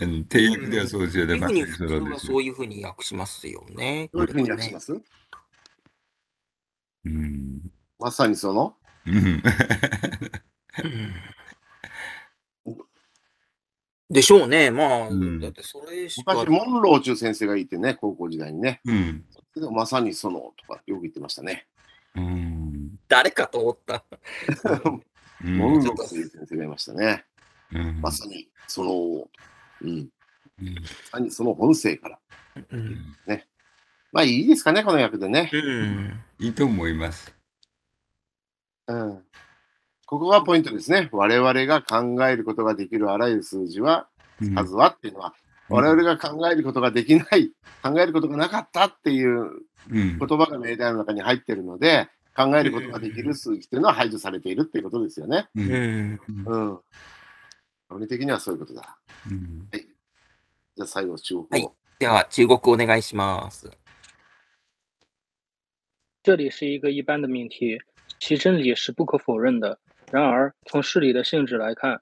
[SPEAKER 2] うんっていう意味ではそうですよ
[SPEAKER 1] と
[SPEAKER 2] ね。
[SPEAKER 1] いうふ
[SPEAKER 2] ま
[SPEAKER 1] う
[SPEAKER 2] さ
[SPEAKER 1] に、普通
[SPEAKER 2] にそうで
[SPEAKER 1] は
[SPEAKER 2] す
[SPEAKER 1] そ
[SPEAKER 2] よ
[SPEAKER 1] う。いうふうに訳しますよね。。
[SPEAKER 3] どういうふうに訳しますす
[SPEAKER 2] うん。
[SPEAKER 3] まさにその、
[SPEAKER 2] うん。
[SPEAKER 1] うんでしょうね、まあ、
[SPEAKER 2] うん
[SPEAKER 1] だってそれしか。
[SPEAKER 3] 昔、モンロー中先生がいてね、高校時代にね。
[SPEAKER 2] うん。
[SPEAKER 3] でもまさにそのとかよく言ってましたね。
[SPEAKER 2] うん。
[SPEAKER 1] 誰かと思った。
[SPEAKER 2] うん
[SPEAKER 3] モンロー中先生がいましたね。
[SPEAKER 2] うん
[SPEAKER 3] まさにその、うん、まさにその本性から。
[SPEAKER 1] うん。
[SPEAKER 3] まあいいですかね、この役でね。
[SPEAKER 1] うん
[SPEAKER 2] いいと思います。
[SPEAKER 3] うん。ここがポイントですね。我々が考えることができるあらゆる数字は、
[SPEAKER 2] うん
[SPEAKER 3] 数はっていうのは、我々が考えることができない、考えることがなかったっていう
[SPEAKER 2] うん
[SPEAKER 3] 言葉が命題の中に入ってるので、考えることができる数字っていうのは排除されているっていうことですよね。
[SPEAKER 2] う
[SPEAKER 1] うんん
[SPEAKER 3] うん。論理的にはそういうことだ。
[SPEAKER 2] うん
[SPEAKER 3] じゃあ最後、中国語。
[SPEAKER 1] はいでは、中国お願いします。
[SPEAKER 4] 这里是一个一般的命题，其真理是不可否认的。然而，从事理的性质来看，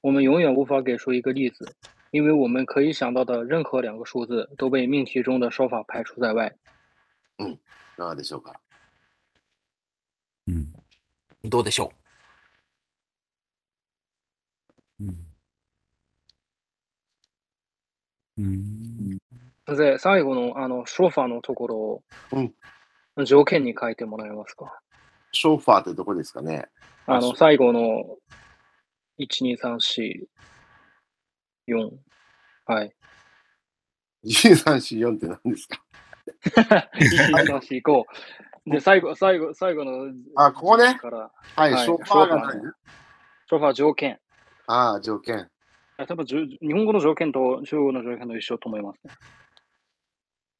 [SPEAKER 4] 我们永远无法给出一个例子，因为我们可以想到的任何两个数字都被命题中的说法排除在外。
[SPEAKER 3] いかがでしょうか。
[SPEAKER 2] うん
[SPEAKER 1] どうでしょ
[SPEAKER 2] うん
[SPEAKER 4] で、最後のあの说法のところを、条件に書いてもらえますか。
[SPEAKER 3] ショーファーってどこですかね。
[SPEAKER 4] あ
[SPEAKER 3] あ
[SPEAKER 4] の
[SPEAKER 3] そ
[SPEAKER 4] 最後の一二三四四はい。
[SPEAKER 3] 1344って何ですか
[SPEAKER 4] 一二三四五で最後最後最後の
[SPEAKER 3] あここね
[SPEAKER 4] から
[SPEAKER 3] はい、
[SPEAKER 4] はい
[SPEAKER 3] ショーファーが
[SPEAKER 4] ショーファー
[SPEAKER 3] 何
[SPEAKER 4] 说法条件。
[SPEAKER 3] ああ、条件。
[SPEAKER 4] あ多分じゅ日本語の条件と中国の条件と一緒と思いますね。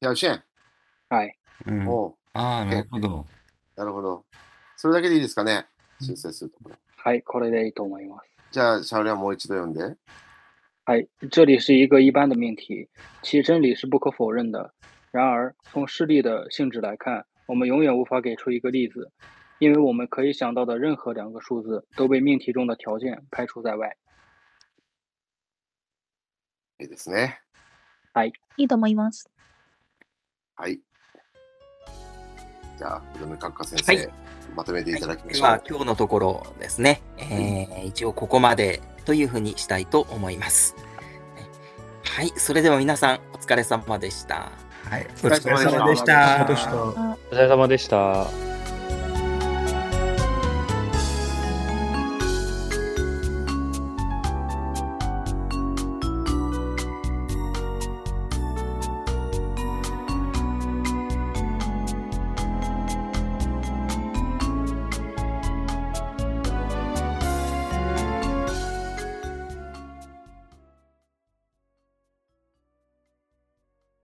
[SPEAKER 3] 表現。
[SPEAKER 4] はい。
[SPEAKER 2] うん
[SPEAKER 3] おう
[SPEAKER 2] ああ、なるほど。
[SPEAKER 3] なるほど。それだけでいいですかね。申請するところ。
[SPEAKER 4] はい、これでいいと思います。
[SPEAKER 3] じゃあ、シャオリャンもう一度読んで。
[SPEAKER 4] 哎，这里是一个一般的命题，其真理是不可否认的。然而，从事例的性质来看，我们永远无法给出一个例子，因为我们可以想到的任何两个数字都被命题中的条件排除在外。
[SPEAKER 3] いいですね。
[SPEAKER 6] いいと思います。
[SPEAKER 3] はい。じゃあ、福留閣下先生、
[SPEAKER 1] はい
[SPEAKER 3] まとめていただき
[SPEAKER 1] う。
[SPEAKER 3] ま
[SPEAKER 1] で
[SPEAKER 3] しょう。
[SPEAKER 1] は、今日のところですね、えー一応ここまでというふうにしたいと思います。はい、それでは皆さん、お疲れ様でした。
[SPEAKER 2] はい、お
[SPEAKER 3] 疲れ様でし
[SPEAKER 2] 疲れ様
[SPEAKER 3] た
[SPEAKER 2] でした。
[SPEAKER 7] お疲れ様でした。